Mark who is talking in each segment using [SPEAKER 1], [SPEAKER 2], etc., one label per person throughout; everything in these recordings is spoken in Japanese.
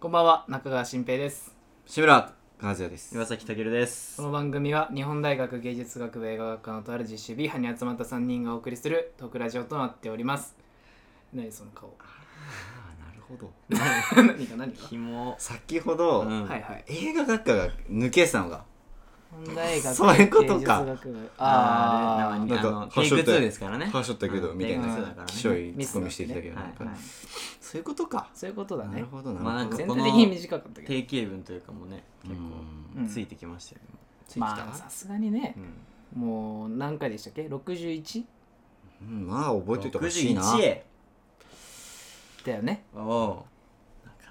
[SPEAKER 1] こんばんは中川新平です
[SPEAKER 2] 志村和也です
[SPEAKER 3] 岩崎健です
[SPEAKER 1] この番組は日本大学芸術学部映画学科のとある実習日派に集まった3人がお送りするトークラジオとなっております何その顔
[SPEAKER 2] あなるほど
[SPEAKER 1] 何か何か
[SPEAKER 3] 紐
[SPEAKER 2] 先ほど、
[SPEAKER 3] うん
[SPEAKER 1] はいはい
[SPEAKER 2] 映画学科が抜けてたのが
[SPEAKER 1] 日本大学
[SPEAKER 2] そういうこと
[SPEAKER 1] 芸
[SPEAKER 2] か
[SPEAKER 1] 術学部
[SPEAKER 3] あ
[SPEAKER 1] あ
[SPEAKER 3] ー
[SPEAKER 1] ー
[SPEAKER 3] あ
[SPEAKER 1] あ
[SPEAKER 3] れ
[SPEAKER 2] なんか
[SPEAKER 3] あの
[SPEAKER 2] は
[SPEAKER 3] テ
[SPEAKER 2] し
[SPEAKER 3] イ
[SPEAKER 2] ょっ
[SPEAKER 3] ク
[SPEAKER 2] て
[SPEAKER 3] 2ですからね
[SPEAKER 2] はしょったけどみたい
[SPEAKER 3] テイ
[SPEAKER 2] な
[SPEAKER 3] ク2だからね
[SPEAKER 2] きしょいツッコミしてきたけど、
[SPEAKER 3] はい
[SPEAKER 2] なんか
[SPEAKER 3] はい
[SPEAKER 2] そういうことか
[SPEAKER 1] そういうことだ
[SPEAKER 2] な
[SPEAKER 1] ね
[SPEAKER 2] るほどなるほど、
[SPEAKER 3] まあなんか
[SPEAKER 1] 全
[SPEAKER 3] こ
[SPEAKER 1] 体
[SPEAKER 3] の
[SPEAKER 1] 的に短かったけど
[SPEAKER 3] 定型文というかもね結
[SPEAKER 2] う
[SPEAKER 3] 構
[SPEAKER 1] ん
[SPEAKER 3] ついてきましたよね
[SPEAKER 2] ついてきた
[SPEAKER 1] まあさすがにね
[SPEAKER 3] う、ん
[SPEAKER 1] もう何回でしたっけ 61?
[SPEAKER 2] うんまあ覚えておいてほしいな
[SPEAKER 3] 61へ
[SPEAKER 1] だよね
[SPEAKER 3] おお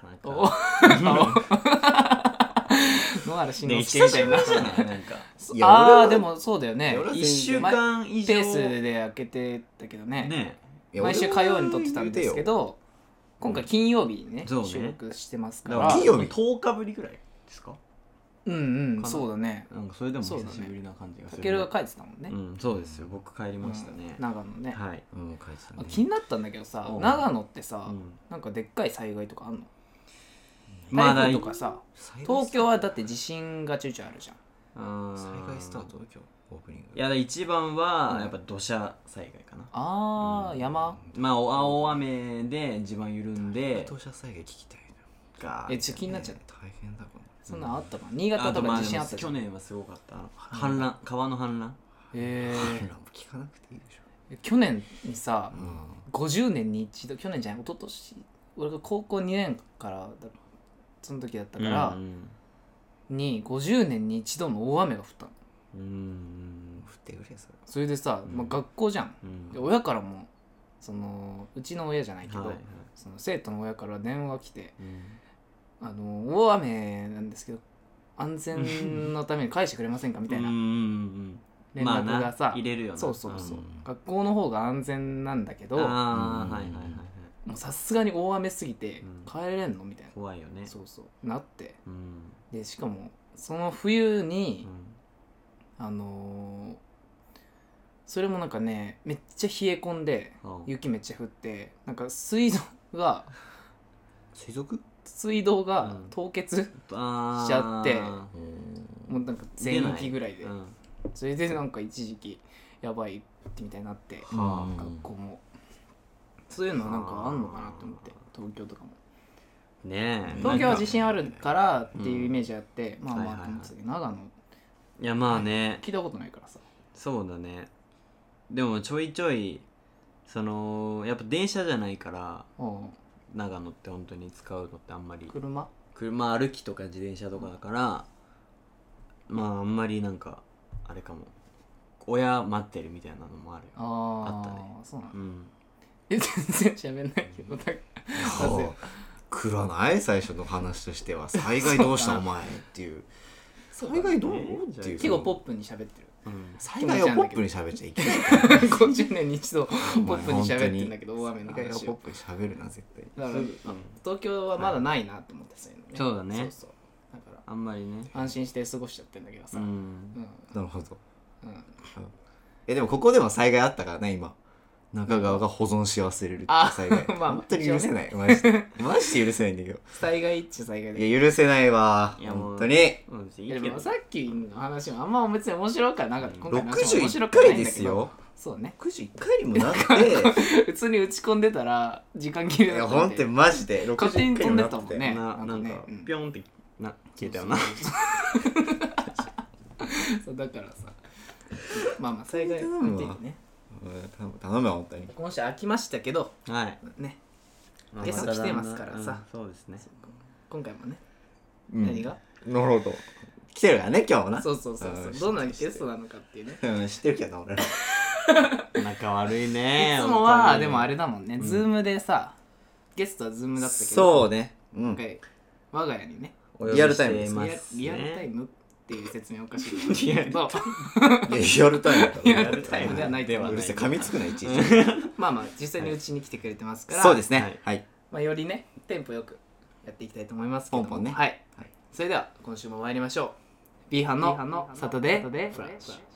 [SPEAKER 3] なか
[SPEAKER 1] お
[SPEAKER 3] なか
[SPEAKER 1] 野原慎
[SPEAKER 3] ね
[SPEAKER 1] 之
[SPEAKER 3] 久
[SPEAKER 1] 介み
[SPEAKER 3] した
[SPEAKER 1] い
[SPEAKER 3] ぶり
[SPEAKER 1] な
[SPEAKER 3] だしたねなんか
[SPEAKER 2] いや俺
[SPEAKER 1] ああ
[SPEAKER 2] は
[SPEAKER 1] ーでもそうだよね
[SPEAKER 2] 俺は
[SPEAKER 3] 1週間以上
[SPEAKER 1] ペースで開けてたけどね
[SPEAKER 3] ね
[SPEAKER 2] いや
[SPEAKER 1] 毎週火曜に撮ってたんですけ
[SPEAKER 2] 俺は
[SPEAKER 1] ど今回金曜日にね
[SPEAKER 3] そうね
[SPEAKER 1] 収録してますか
[SPEAKER 3] だ
[SPEAKER 1] ら
[SPEAKER 3] から
[SPEAKER 2] 金曜日
[SPEAKER 3] 10日ぶりぐらいですか
[SPEAKER 1] うんう
[SPEAKER 3] か
[SPEAKER 1] ん
[SPEAKER 3] な
[SPEAKER 1] そうだね
[SPEAKER 3] なんかそれでも
[SPEAKER 1] そうだ
[SPEAKER 3] 久
[SPEAKER 1] ね
[SPEAKER 3] しぶりな感じがす
[SPEAKER 1] た
[SPEAKER 3] る
[SPEAKER 1] けるが帰ってたもんね、
[SPEAKER 3] うんそうですよ僕帰りましたね
[SPEAKER 1] うん長野ね、
[SPEAKER 3] はい
[SPEAKER 2] 言うようん書いてたね
[SPEAKER 1] あ気になったんだけどさ
[SPEAKER 3] うん
[SPEAKER 1] 長野ってさ、
[SPEAKER 3] うん
[SPEAKER 1] なんかでっかい災害とかあんの
[SPEAKER 3] まだ
[SPEAKER 1] 台風とかさ
[SPEAKER 2] 災害
[SPEAKER 1] 東京はだって地震がちょいちょいあるじゃん
[SPEAKER 2] 災
[SPEAKER 3] 災
[SPEAKER 2] 害スタート今日オープニング
[SPEAKER 3] いや一番は
[SPEAKER 1] うん
[SPEAKER 3] やっぱ土砂災害かな、
[SPEAKER 1] あー、山
[SPEAKER 3] まあおあ大雨で地盤緩んで
[SPEAKER 2] 当社災害聞きたいな
[SPEAKER 3] ガー
[SPEAKER 1] え
[SPEAKER 3] ッ
[SPEAKER 1] ちょっと気になっちゃった
[SPEAKER 2] 大変だこ
[SPEAKER 1] そんなんあったか新潟
[SPEAKER 3] あ
[SPEAKER 1] と
[SPEAKER 3] とま
[SPEAKER 1] か
[SPEAKER 3] あ
[SPEAKER 1] 地震
[SPEAKER 3] で
[SPEAKER 1] あ
[SPEAKER 3] も
[SPEAKER 1] ったじゃ
[SPEAKER 3] 去
[SPEAKER 1] ん、
[SPEAKER 3] 年はすごかったあの氾濫川の氾濫
[SPEAKER 1] へ
[SPEAKER 2] の
[SPEAKER 1] ー
[SPEAKER 2] 俺らも聞かなくていいでしょ
[SPEAKER 1] 去年にさ、
[SPEAKER 2] うん
[SPEAKER 1] 50年に一度去年じゃない一昨年俺が高校2年からだその時だったから、
[SPEAKER 3] うん
[SPEAKER 1] に50年に一度の大雨が降ったの
[SPEAKER 3] うんうん
[SPEAKER 2] 振ってくれそれ
[SPEAKER 1] それでさ、
[SPEAKER 3] うん
[SPEAKER 1] まあ、学校じゃん、
[SPEAKER 3] うん
[SPEAKER 1] で親からもそのうちの親じゃないけど、
[SPEAKER 3] はいはい
[SPEAKER 1] その生徒の親から電話が来て
[SPEAKER 3] うん
[SPEAKER 1] 「あの大雨なんですけど安全のために返してくれませんか?」みたい
[SPEAKER 3] うん
[SPEAKER 1] な
[SPEAKER 3] うんうん
[SPEAKER 1] 連絡が
[SPEAKER 3] まあ
[SPEAKER 1] さ
[SPEAKER 3] な、入れるよな
[SPEAKER 1] そうそうそう、
[SPEAKER 2] うん
[SPEAKER 1] 学校の方が安全なんだけども
[SPEAKER 3] あ
[SPEAKER 2] うん
[SPEAKER 3] あはいはいはいはい
[SPEAKER 1] うんさすがに大雨すぎて
[SPEAKER 3] うん
[SPEAKER 1] 帰れんのみたいな、
[SPEAKER 3] 怖いよね
[SPEAKER 1] そうそうなって
[SPEAKER 3] うん
[SPEAKER 1] でしかもその冬
[SPEAKER 3] う
[SPEAKER 1] に、
[SPEAKER 3] ん
[SPEAKER 1] あのーそれもなんかねめっちゃ冷え込んで
[SPEAKER 3] あ
[SPEAKER 1] 雪めっちゃ降ってなんか水道が
[SPEAKER 2] 水族
[SPEAKER 1] 水道が
[SPEAKER 3] うん
[SPEAKER 1] 凍結、
[SPEAKER 3] あー
[SPEAKER 1] しちゃって
[SPEAKER 2] うん
[SPEAKER 1] もうなんか全域ぐらいで、
[SPEAKER 3] うん
[SPEAKER 1] それでなんか一時期やばいってみたいになって、
[SPEAKER 3] はあ
[SPEAKER 1] 学校もそういうのなんかあんのかなと思って東京とかも
[SPEAKER 3] ねえ
[SPEAKER 1] 東京
[SPEAKER 3] な
[SPEAKER 1] は
[SPEAKER 3] んか
[SPEAKER 1] 地震あるからっていうイメージあって、まあまあと思ってたけど、長野
[SPEAKER 3] いやまあね
[SPEAKER 1] 聞いたことないからさ
[SPEAKER 3] そうだねでもちょいちょいそのやっぱ電車じゃないから
[SPEAKER 1] うん
[SPEAKER 3] 長野って本当に使うのってあんまり
[SPEAKER 1] 車
[SPEAKER 3] 車歩きとか自転車とかだから、まああんまりなんかあれかも親待ってるみたいなのもあるよ、
[SPEAKER 1] あ
[SPEAKER 3] あった
[SPEAKER 1] あ、
[SPEAKER 3] ね
[SPEAKER 1] そうなんだ
[SPEAKER 3] うん、
[SPEAKER 1] え全然喋んないけどだから
[SPEAKER 2] そうくらない最初の話としては災害どうしたお前っていう災害どうっていう
[SPEAKER 1] 結構ポップに喋ってる
[SPEAKER 3] うん
[SPEAKER 2] 災害をポップに喋っちゃいけない
[SPEAKER 1] 50年に一 度ポ
[SPEAKER 2] お前
[SPEAKER 1] ップに喋ってんだけど大雨の
[SPEAKER 2] 災害を
[SPEAKER 1] 話
[SPEAKER 2] ポ
[SPEAKER 1] を
[SPEAKER 2] ップに喋るな絶対
[SPEAKER 1] だから
[SPEAKER 3] うん
[SPEAKER 1] 東京はまだないなと思ってそういうのね
[SPEAKER 3] そうだね
[SPEAKER 1] そうそうだか
[SPEAKER 3] あんまりね
[SPEAKER 1] ら安心して過ごしちゃってんだけど
[SPEAKER 3] う
[SPEAKER 1] さうん
[SPEAKER 3] ん
[SPEAKER 2] なるほど
[SPEAKER 1] うん
[SPEAKER 2] えでもここでも災害あったからね今中川が保存し忘れるっていう災害
[SPEAKER 1] あ まあ
[SPEAKER 2] 本当に許せないマジでマジで許せないん だけど
[SPEAKER 1] 災害一致災害で
[SPEAKER 2] いや許せないわ
[SPEAKER 3] いやもう
[SPEAKER 2] 本当に
[SPEAKER 3] うんいい
[SPEAKER 1] いや
[SPEAKER 3] け
[SPEAKER 1] で
[SPEAKER 3] ど
[SPEAKER 1] もさっきの話もあんま別に面白くはなかった今回の話も面白
[SPEAKER 2] 61
[SPEAKER 1] くはない
[SPEAKER 2] 回
[SPEAKER 1] んだけど
[SPEAKER 2] ですよ
[SPEAKER 1] そうね
[SPEAKER 2] 61回にもな って
[SPEAKER 1] 普通に打ち込んでたら時間切
[SPEAKER 2] い
[SPEAKER 1] れだ
[SPEAKER 2] や
[SPEAKER 1] ったん
[SPEAKER 2] 本
[SPEAKER 1] で
[SPEAKER 2] 当にマジで
[SPEAKER 1] 勝手に飛んでった
[SPEAKER 2] 61
[SPEAKER 1] も
[SPEAKER 2] 回
[SPEAKER 1] んね
[SPEAKER 3] な
[SPEAKER 1] な
[SPEAKER 3] なんん
[SPEAKER 1] かね
[SPEAKER 3] か
[SPEAKER 1] うん
[SPEAKER 3] ピョンってな消えたよな
[SPEAKER 1] そうだからさまあまあ災害
[SPEAKER 2] 頼むわ
[SPEAKER 1] 見ててね
[SPEAKER 2] うん頼むよ本当に
[SPEAKER 1] 今週飽きましたけど
[SPEAKER 3] はい
[SPEAKER 1] ね
[SPEAKER 3] まあ
[SPEAKER 1] ゲスト
[SPEAKER 3] また
[SPEAKER 1] 来てますからさ
[SPEAKER 3] うんそうですね
[SPEAKER 1] 今回もね
[SPEAKER 2] うん
[SPEAKER 1] 何が
[SPEAKER 2] なるほど来てるからね今日もな
[SPEAKER 1] そうそうそうそうどんなゲスト
[SPEAKER 2] だ
[SPEAKER 1] なのかっていうね
[SPEAKER 2] うん知ってるけど俺ら
[SPEAKER 3] 仲悪い
[SPEAKER 1] い
[SPEAKER 3] ね
[SPEAKER 1] つもはでもあ
[SPEAKER 3] れ
[SPEAKER 1] れだもんねズームでさゲストはズームだったけど
[SPEAKER 2] そうねうん
[SPEAKER 1] 今回我が家にね
[SPEAKER 2] リアルタイムです
[SPEAKER 1] リア
[SPEAKER 3] ますね
[SPEAKER 1] リアルタイムっていう説明おかし いけど
[SPEAKER 2] リアルタイムだから
[SPEAKER 1] リアルタイムではないと
[SPEAKER 2] うるせえ噛みつくないちいち
[SPEAKER 1] まあまあ実際にうちに来てくれてますから
[SPEAKER 2] そうです
[SPEAKER 3] は
[SPEAKER 2] ね
[SPEAKER 3] い
[SPEAKER 2] はい
[SPEAKER 1] まあよりねテンポよくやっていきたいと思いますけども
[SPEAKER 2] ポンポンね
[SPEAKER 1] はい
[SPEAKER 2] はい
[SPEAKER 1] それでは今週も参りましょう B 班のサタデーフラッシュ
[SPEAKER 4] 「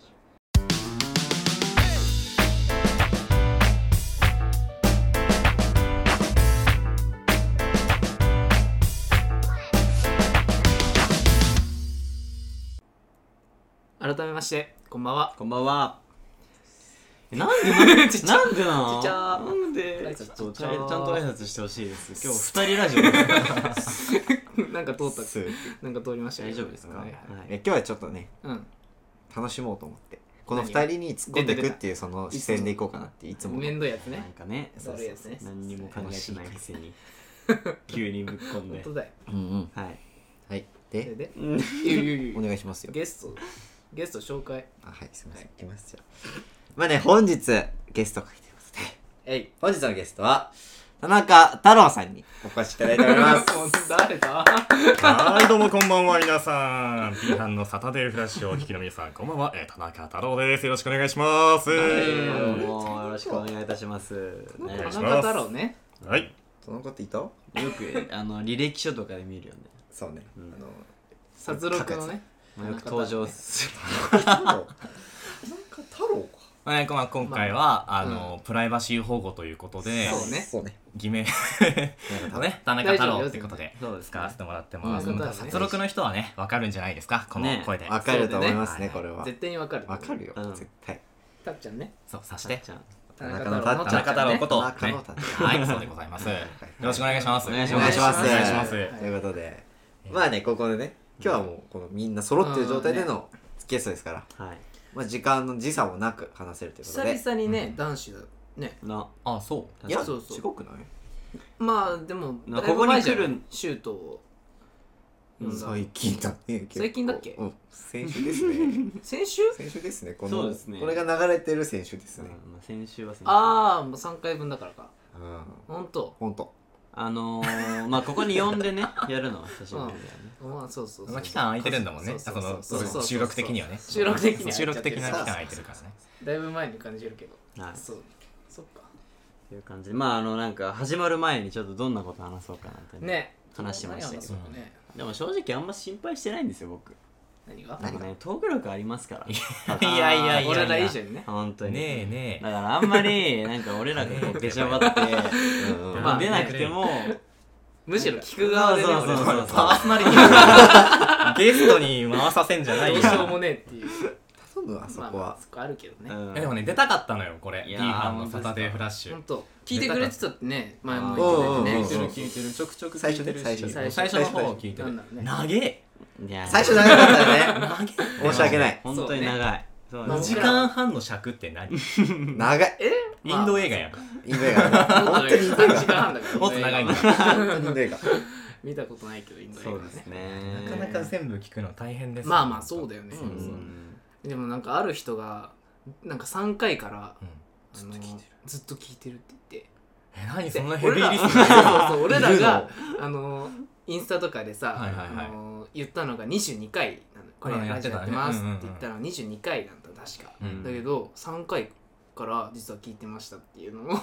[SPEAKER 1] 改めましてこんばんは
[SPEAKER 3] こんばんはなんでな
[SPEAKER 1] ちっちゃ
[SPEAKER 3] なんでなの
[SPEAKER 1] ちっちゃ
[SPEAKER 3] なんで
[SPEAKER 1] ちっ
[SPEAKER 3] ちょ
[SPEAKER 1] ちゃ
[SPEAKER 3] っとちゃんちゃんと挨拶してほしいです今日二人ラジ オ
[SPEAKER 1] なんか通った
[SPEAKER 2] す
[SPEAKER 1] なんか通りましたけ
[SPEAKER 3] 大
[SPEAKER 1] ど
[SPEAKER 3] 丈夫ですか
[SPEAKER 1] は
[SPEAKER 3] はいい
[SPEAKER 1] はい
[SPEAKER 2] え今日はちょっとね
[SPEAKER 1] うん
[SPEAKER 2] 楽しもうと思ってこの
[SPEAKER 1] 何
[SPEAKER 2] 二
[SPEAKER 1] を
[SPEAKER 2] 人に突っ込んでいくっていうその視線でいこうかなっていつも
[SPEAKER 1] 面倒いやつ
[SPEAKER 3] な
[SPEAKER 1] ね
[SPEAKER 3] んかね
[SPEAKER 1] そうそうそう
[SPEAKER 3] 何にも考えてないくせ に急にぶっこん
[SPEAKER 1] 本
[SPEAKER 3] で
[SPEAKER 1] 当だよ
[SPEAKER 2] うんうん
[SPEAKER 3] はい
[SPEAKER 2] はい
[SPEAKER 1] それ
[SPEAKER 2] で
[SPEAKER 1] で
[SPEAKER 3] うん
[SPEAKER 1] いやいやいや
[SPEAKER 2] お願いしますよ
[SPEAKER 1] ゲストゲスト紹介
[SPEAKER 2] あはいすいませんいきますじゃあまあね本日ゲストが来てますね
[SPEAKER 1] えい
[SPEAKER 2] 本日のゲストは田中太郎さんにお越しいただいております
[SPEAKER 1] 誰だ
[SPEAKER 5] はい、どうもこんばんは、皆さん。P 班のサタデーフラッシュをお聞きの皆さん、こんばんは。えー田中太郎です。よろしくお願いします。
[SPEAKER 1] え
[SPEAKER 3] どう
[SPEAKER 5] は
[SPEAKER 1] ー
[SPEAKER 3] もよろしくお願いいたしますね
[SPEAKER 5] 願いし
[SPEAKER 1] 田
[SPEAKER 5] ます
[SPEAKER 1] 中太郎ね
[SPEAKER 5] い。
[SPEAKER 2] その子っていた
[SPEAKER 3] よくあの履歴書とかで見るよね
[SPEAKER 2] そうね、
[SPEAKER 3] ん
[SPEAKER 1] 殺戮のね
[SPEAKER 3] まあよく登場する
[SPEAKER 2] あのなんか太郎か
[SPEAKER 5] まあね、まあ今回は、あの、プライバシー保護ということで、
[SPEAKER 1] そうね
[SPEAKER 2] そうね
[SPEAKER 5] 偽名
[SPEAKER 2] なんか
[SPEAKER 5] の
[SPEAKER 2] ね
[SPEAKER 5] ね、 田中太郎ってことで、
[SPEAKER 3] そうです
[SPEAKER 5] 使わ
[SPEAKER 3] か
[SPEAKER 5] せてもらってます。
[SPEAKER 1] うん
[SPEAKER 5] 殺戮の人はね、わかるんじゃないですか、この
[SPEAKER 3] ね
[SPEAKER 5] 声で。
[SPEAKER 2] わかると思いますね
[SPEAKER 5] そ
[SPEAKER 2] こ
[SPEAKER 5] うだ
[SPEAKER 2] れは
[SPEAKER 1] 絶対にわかる
[SPEAKER 2] わかるよ
[SPEAKER 3] うん
[SPEAKER 2] 絶対
[SPEAKER 1] たっちゃんね
[SPEAKER 5] そう、さして。
[SPEAKER 3] ちゃん
[SPEAKER 1] 田
[SPEAKER 2] 中
[SPEAKER 1] 中太郎
[SPEAKER 2] 太郎の
[SPEAKER 1] の
[SPEAKER 5] 田中太郎こと、
[SPEAKER 2] 田中
[SPEAKER 5] ね
[SPEAKER 2] の太郎。
[SPEAKER 5] はい、そうでございます。よろしくお願いします。
[SPEAKER 3] お願いし
[SPEAKER 2] お
[SPEAKER 3] ま
[SPEAKER 2] 願いします
[SPEAKER 5] お願いします。
[SPEAKER 1] はい
[SPEAKER 2] ということでまあねここでね今日はもうこのみんな揃ってる状態でのゲストですから
[SPEAKER 3] はい
[SPEAKER 2] まあ時間の時差もなく話せるということで
[SPEAKER 1] 久々にね男子だね
[SPEAKER 3] な
[SPEAKER 5] あ、そう。
[SPEAKER 2] いや
[SPEAKER 1] そうそう
[SPEAKER 2] すごくない
[SPEAKER 1] まあでも
[SPEAKER 3] な
[SPEAKER 1] だいぶ前じゃん
[SPEAKER 3] ここに来る
[SPEAKER 1] シュートを呼んだ
[SPEAKER 2] 最近だね結構
[SPEAKER 1] 最近だっけ
[SPEAKER 2] うん先週です ね
[SPEAKER 1] 先週
[SPEAKER 2] 先週ですねこ
[SPEAKER 3] そ
[SPEAKER 2] の
[SPEAKER 3] うですね
[SPEAKER 2] これが流れてる先週です
[SPEAKER 3] うん
[SPEAKER 2] ね
[SPEAKER 3] まあ先週は先週
[SPEAKER 1] ああもう3回分だからか
[SPEAKER 2] うん
[SPEAKER 1] ほんと
[SPEAKER 2] ほんと
[SPEAKER 3] あのー、まあここに呼ん でねやるのは久しぶりだよね
[SPEAKER 1] まあそうそうそう
[SPEAKER 5] まあ、期間空いてるんだもんね。あ
[SPEAKER 1] そう
[SPEAKER 5] そ
[SPEAKER 1] そうそう
[SPEAKER 5] のそう収録的にはね。
[SPEAKER 1] 収録的には
[SPEAKER 5] 収録的な期間
[SPEAKER 1] そう
[SPEAKER 5] 空いてるからね。
[SPEAKER 1] だいぶ前に感じるけど
[SPEAKER 3] はい
[SPEAKER 1] そうそっか
[SPEAKER 3] という感じでまああのなんか始まる前にちょっとどんなこと話そうかなって
[SPEAKER 1] ね
[SPEAKER 3] 話してましたけ
[SPEAKER 1] 何
[SPEAKER 3] ど
[SPEAKER 1] 話そうね
[SPEAKER 3] でも正直あんま心配してないんですよ僕
[SPEAKER 1] 何が
[SPEAKER 3] なんかねトーク力ありますから
[SPEAKER 5] いやいやいや。
[SPEAKER 1] 俺ら以
[SPEAKER 5] ね
[SPEAKER 1] 上にね
[SPEAKER 3] 本当に
[SPEAKER 5] えね
[SPEAKER 3] だからあんまり なんか俺らがこう出しゃばって
[SPEAKER 2] うんうん
[SPEAKER 3] まあ出なくても
[SPEAKER 1] むしろ聞く側でね
[SPEAKER 3] そうそうそうそう
[SPEAKER 1] 俺パーソナリティが
[SPEAKER 5] え。ゲストに回させんじゃない
[SPEAKER 1] ど
[SPEAKER 5] よ
[SPEAKER 1] う。しようもねえっていう
[SPEAKER 2] 頼むわそ
[SPEAKER 1] まあ
[SPEAKER 2] こ
[SPEAKER 1] まあ
[SPEAKER 2] は
[SPEAKER 1] そこあるけどね
[SPEAKER 3] うん
[SPEAKER 5] えでもね、出たかったのよ、これ。
[SPEAKER 3] い
[SPEAKER 5] D
[SPEAKER 3] やー
[SPEAKER 5] 班のサタデーフラッシ
[SPEAKER 1] ほん
[SPEAKER 5] ュ。
[SPEAKER 1] と聞いてくれてたってね前も
[SPEAKER 2] うん
[SPEAKER 1] 言
[SPEAKER 2] う
[SPEAKER 1] って
[SPEAKER 2] ん
[SPEAKER 1] た
[SPEAKER 2] う
[SPEAKER 1] よ
[SPEAKER 2] ん
[SPEAKER 1] ね
[SPEAKER 2] 聞い
[SPEAKER 5] てる。ちょくちょく
[SPEAKER 2] 聞いてるし最初ね
[SPEAKER 1] 最初
[SPEAKER 5] 最初の方を聞いて
[SPEAKER 1] なん
[SPEAKER 5] る
[SPEAKER 1] だ。ろうね
[SPEAKER 5] 長え
[SPEAKER 3] いや
[SPEAKER 2] 最初長かったよね申し訳ない
[SPEAKER 3] 本当に長いそう
[SPEAKER 1] まあ
[SPEAKER 5] 2時間半の尺って何イ
[SPEAKER 2] 長い
[SPEAKER 5] ンド映画やん。
[SPEAKER 2] インド映画だね
[SPEAKER 1] 本当
[SPEAKER 2] 本
[SPEAKER 1] にイン
[SPEAKER 2] 当にイン
[SPEAKER 1] ド
[SPEAKER 2] ド
[SPEAKER 1] 映
[SPEAKER 2] 映
[SPEAKER 1] 画
[SPEAKER 2] 画
[SPEAKER 1] 時間半だから
[SPEAKER 5] もっと長いんだ。
[SPEAKER 2] 本当にインド映画
[SPEAKER 1] 見たことないけどインド映
[SPEAKER 3] そう
[SPEAKER 1] 画
[SPEAKER 3] で
[SPEAKER 1] ね
[SPEAKER 3] すね
[SPEAKER 5] なかなか全部聞くの大変です。
[SPEAKER 1] まあまあそう
[SPEAKER 5] だ。
[SPEAKER 1] だよね、
[SPEAKER 2] うん
[SPEAKER 3] うん
[SPEAKER 1] でもなんかある人がなんか3回から、
[SPEAKER 5] うん
[SPEAKER 1] ずっと聞いてるずっと聞いてるって言って
[SPEAKER 5] え、何
[SPEAKER 1] で
[SPEAKER 5] そんなヘビーリス
[SPEAKER 1] 俺
[SPEAKER 5] ナー
[SPEAKER 1] らそうそう俺ら
[SPEAKER 2] いる
[SPEAKER 1] が
[SPEAKER 2] の
[SPEAKER 1] あのインスタとかでさ、
[SPEAKER 5] はいはいはい
[SPEAKER 1] あの言ったのが22回なのこれ
[SPEAKER 5] うん
[SPEAKER 1] ラジオやってますって
[SPEAKER 5] やってたね
[SPEAKER 1] 言ったの22回なんだ確か、
[SPEAKER 5] うん
[SPEAKER 1] だけど3回から実は聞いてましたっていう のを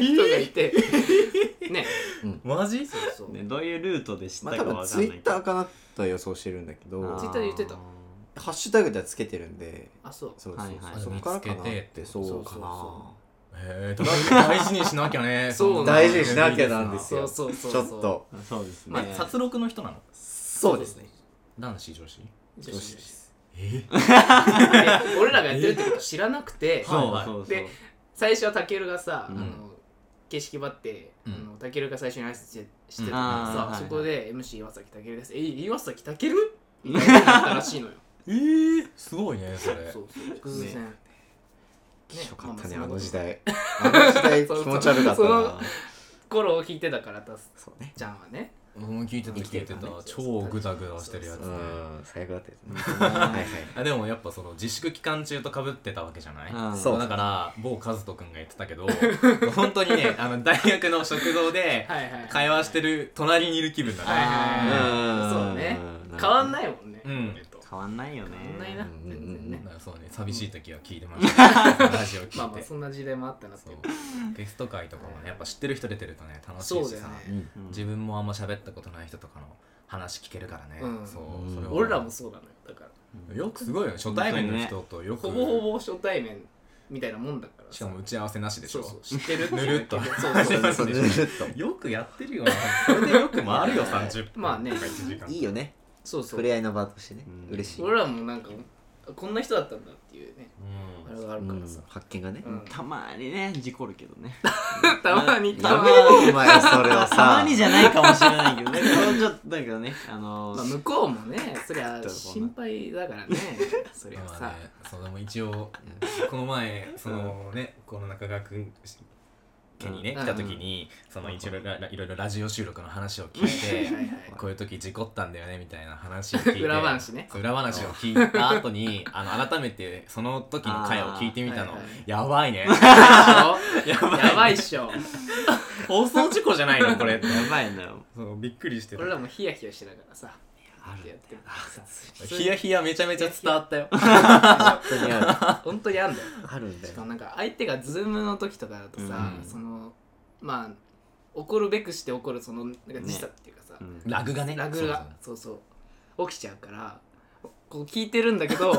[SPEAKER 1] 人がいてね
[SPEAKER 5] マジ
[SPEAKER 1] そうそう、
[SPEAKER 3] ねどういうルートで知った
[SPEAKER 2] まあ
[SPEAKER 3] か
[SPEAKER 2] 多
[SPEAKER 3] わ
[SPEAKER 2] 分
[SPEAKER 3] かん
[SPEAKER 2] ツ
[SPEAKER 3] な
[SPEAKER 2] イ
[SPEAKER 3] い
[SPEAKER 2] ッターかなとは予想してるんだけど
[SPEAKER 3] あー
[SPEAKER 1] ツイッターで言ってた
[SPEAKER 2] ハッシュタグではつけてるんで
[SPEAKER 1] あそう
[SPEAKER 2] そうそうそう、
[SPEAKER 3] はいはい
[SPEAKER 2] そっからかな
[SPEAKER 5] 見つけて
[SPEAKER 2] ってそうかな
[SPEAKER 1] そ
[SPEAKER 5] えー、大事にしなきゃね。
[SPEAKER 1] そうなんだ
[SPEAKER 2] 大事にしなきゃなんです
[SPEAKER 1] そう
[SPEAKER 2] よ
[SPEAKER 1] そうそう
[SPEAKER 2] ち
[SPEAKER 1] そ
[SPEAKER 2] ょ
[SPEAKER 1] う
[SPEAKER 2] っと
[SPEAKER 3] そうです
[SPEAKER 5] まあ
[SPEAKER 3] ね、
[SPEAKER 5] 殺戮の人なの
[SPEAKER 2] そうですね
[SPEAKER 5] 男子女子
[SPEAKER 1] 女
[SPEAKER 2] 女
[SPEAKER 1] 子
[SPEAKER 2] 子です
[SPEAKER 1] で俺らがやってるってこと知らなくて、
[SPEAKER 5] はい
[SPEAKER 3] そう
[SPEAKER 5] はい
[SPEAKER 3] そうそう
[SPEAKER 1] で最初はたけるがさ、
[SPEAKER 3] うん
[SPEAKER 1] あの景色ばって、
[SPEAKER 5] うん
[SPEAKER 1] あのたけるが最初に挨拶してしてた
[SPEAKER 5] うん
[SPEAKER 1] からさ、
[SPEAKER 3] あー
[SPEAKER 1] そこで MC 岩崎たけるです「え岩崎たける?」みたいなことだったらしいの よ
[SPEAKER 5] えー、すごいねそ
[SPEAKER 1] そうそう偶然、
[SPEAKER 2] きしょかったね
[SPEAKER 1] まあ
[SPEAKER 2] あ
[SPEAKER 1] まあ
[SPEAKER 2] の時代あの時代気
[SPEAKER 1] そうそう
[SPEAKER 2] 持ち悪かった
[SPEAKER 1] そ
[SPEAKER 2] な
[SPEAKER 1] の頃を聞いてたからたす
[SPEAKER 2] そうね
[SPEAKER 1] ちゃんはね
[SPEAKER 5] うん聞いてた
[SPEAKER 2] 生きて
[SPEAKER 5] 聞い
[SPEAKER 2] る
[SPEAKER 5] て
[SPEAKER 2] か
[SPEAKER 5] た
[SPEAKER 2] らね
[SPEAKER 5] 超グダグダしてるやつ
[SPEAKER 2] う
[SPEAKER 5] ね
[SPEAKER 2] ん最悪だったよねはいはい
[SPEAKER 5] あでもやっぱその自粛期間中とかぶってたわけじゃない
[SPEAKER 3] うん
[SPEAKER 2] そう
[SPEAKER 5] だから某和人君が言ってた けど本当にねあの大学の食堂で
[SPEAKER 1] はいはい
[SPEAKER 5] 会話して
[SPEAKER 1] る
[SPEAKER 5] る隣にいる気分だね、
[SPEAKER 1] はいはいはいそうね
[SPEAKER 2] ん
[SPEAKER 1] 変わんないもんね、
[SPEAKER 5] うん
[SPEAKER 1] 俺と
[SPEAKER 3] 変わんないよね
[SPEAKER 1] 変わんないな
[SPEAKER 2] うん
[SPEAKER 1] 全然
[SPEAKER 2] う
[SPEAKER 1] ね
[SPEAKER 5] だからそうね寂しい時は聞いて ました、ラジオ聞いて、
[SPEAKER 1] まあまあそんな時代もあったなって
[SPEAKER 5] そ
[SPEAKER 1] いう
[SPEAKER 5] うゲスト会とかもねやっぱ知ってる人出てるとね楽し
[SPEAKER 1] そ
[SPEAKER 5] いうし
[SPEAKER 1] だよ
[SPEAKER 5] さ、
[SPEAKER 1] ね、
[SPEAKER 2] うん
[SPEAKER 3] うん
[SPEAKER 5] 自分もあんま喋ったことない人とかの話聞けるからね、
[SPEAKER 1] うん
[SPEAKER 5] そうそれは
[SPEAKER 1] 俺らもそうなのよだから
[SPEAKER 5] よくすごいよね初対面の人とよく
[SPEAKER 1] ほぼほぼ初対面みたいなもんだからさ
[SPEAKER 5] しかも打ち合わせなしでし
[SPEAKER 1] そ
[SPEAKER 5] ょ
[SPEAKER 1] うそう知ってるって
[SPEAKER 5] ぬるっと
[SPEAKER 1] そうそう
[SPEAKER 2] そうずっと
[SPEAKER 5] よくやってるよなそれでよく 回るよ30分
[SPEAKER 1] まあね
[SPEAKER 5] 1時間
[SPEAKER 2] いいよね
[SPEAKER 1] そうそ
[SPEAKER 2] 触
[SPEAKER 1] う
[SPEAKER 2] れ合いの場としてね
[SPEAKER 3] うん
[SPEAKER 2] 嬉しい
[SPEAKER 1] 俺らもなんかこんな人だったんだっていうねあれがあ
[SPEAKER 2] う
[SPEAKER 1] るからさ
[SPEAKER 2] ん、発見がね、
[SPEAKER 1] うん
[SPEAKER 3] たまにね事故るけど ね
[SPEAKER 1] たまに
[SPEAKER 2] や
[SPEAKER 1] たま
[SPEAKER 2] め
[SPEAKER 1] に、
[SPEAKER 2] ろお前それを
[SPEAKER 3] たま
[SPEAKER 2] さ
[SPEAKER 3] にじゃないかもしれない けどねもうちょっとだけどねあの
[SPEAKER 1] まあ、向こうもねそりゃ心配だからねそりゃ
[SPEAKER 5] まあ
[SPEAKER 1] さ
[SPEAKER 5] ね、そうでも一応この前そのねこの中川君家にね
[SPEAKER 1] うん
[SPEAKER 5] 来た時にその一応ラいろいろラジオ収録の話を聞い
[SPEAKER 1] はいはい
[SPEAKER 5] てこういう時事故ったんだよねみたいな話を聞いて
[SPEAKER 1] 裏話ね
[SPEAKER 5] そう裏話を聞いた後にあの改めてその時の回を聞いてみたの
[SPEAKER 1] あーはいはい
[SPEAKER 5] やばいねやばいね
[SPEAKER 1] やばいっしょ
[SPEAKER 5] 放送事故じゃないのこれって
[SPEAKER 3] やばいんだよ
[SPEAKER 5] そうびっくりして
[SPEAKER 1] 俺らもヒヤヒヤしながらさってやってるからさ
[SPEAKER 5] ヒヤヒヤめちゃめちゃ伝わったよ
[SPEAKER 2] 本当にある
[SPEAKER 1] 本当にあんだよ
[SPEAKER 2] あるんだ
[SPEAKER 1] し
[SPEAKER 2] よ
[SPEAKER 1] かもなんか相手がズームの時とかだとさ、
[SPEAKER 5] うん
[SPEAKER 1] そのまあ怒るべくして怒るそのなんか時差っていうかさ、
[SPEAKER 3] うん
[SPEAKER 5] ラグがね
[SPEAKER 1] ラグがそうそう起きちゃうからこう聞いてるんだけど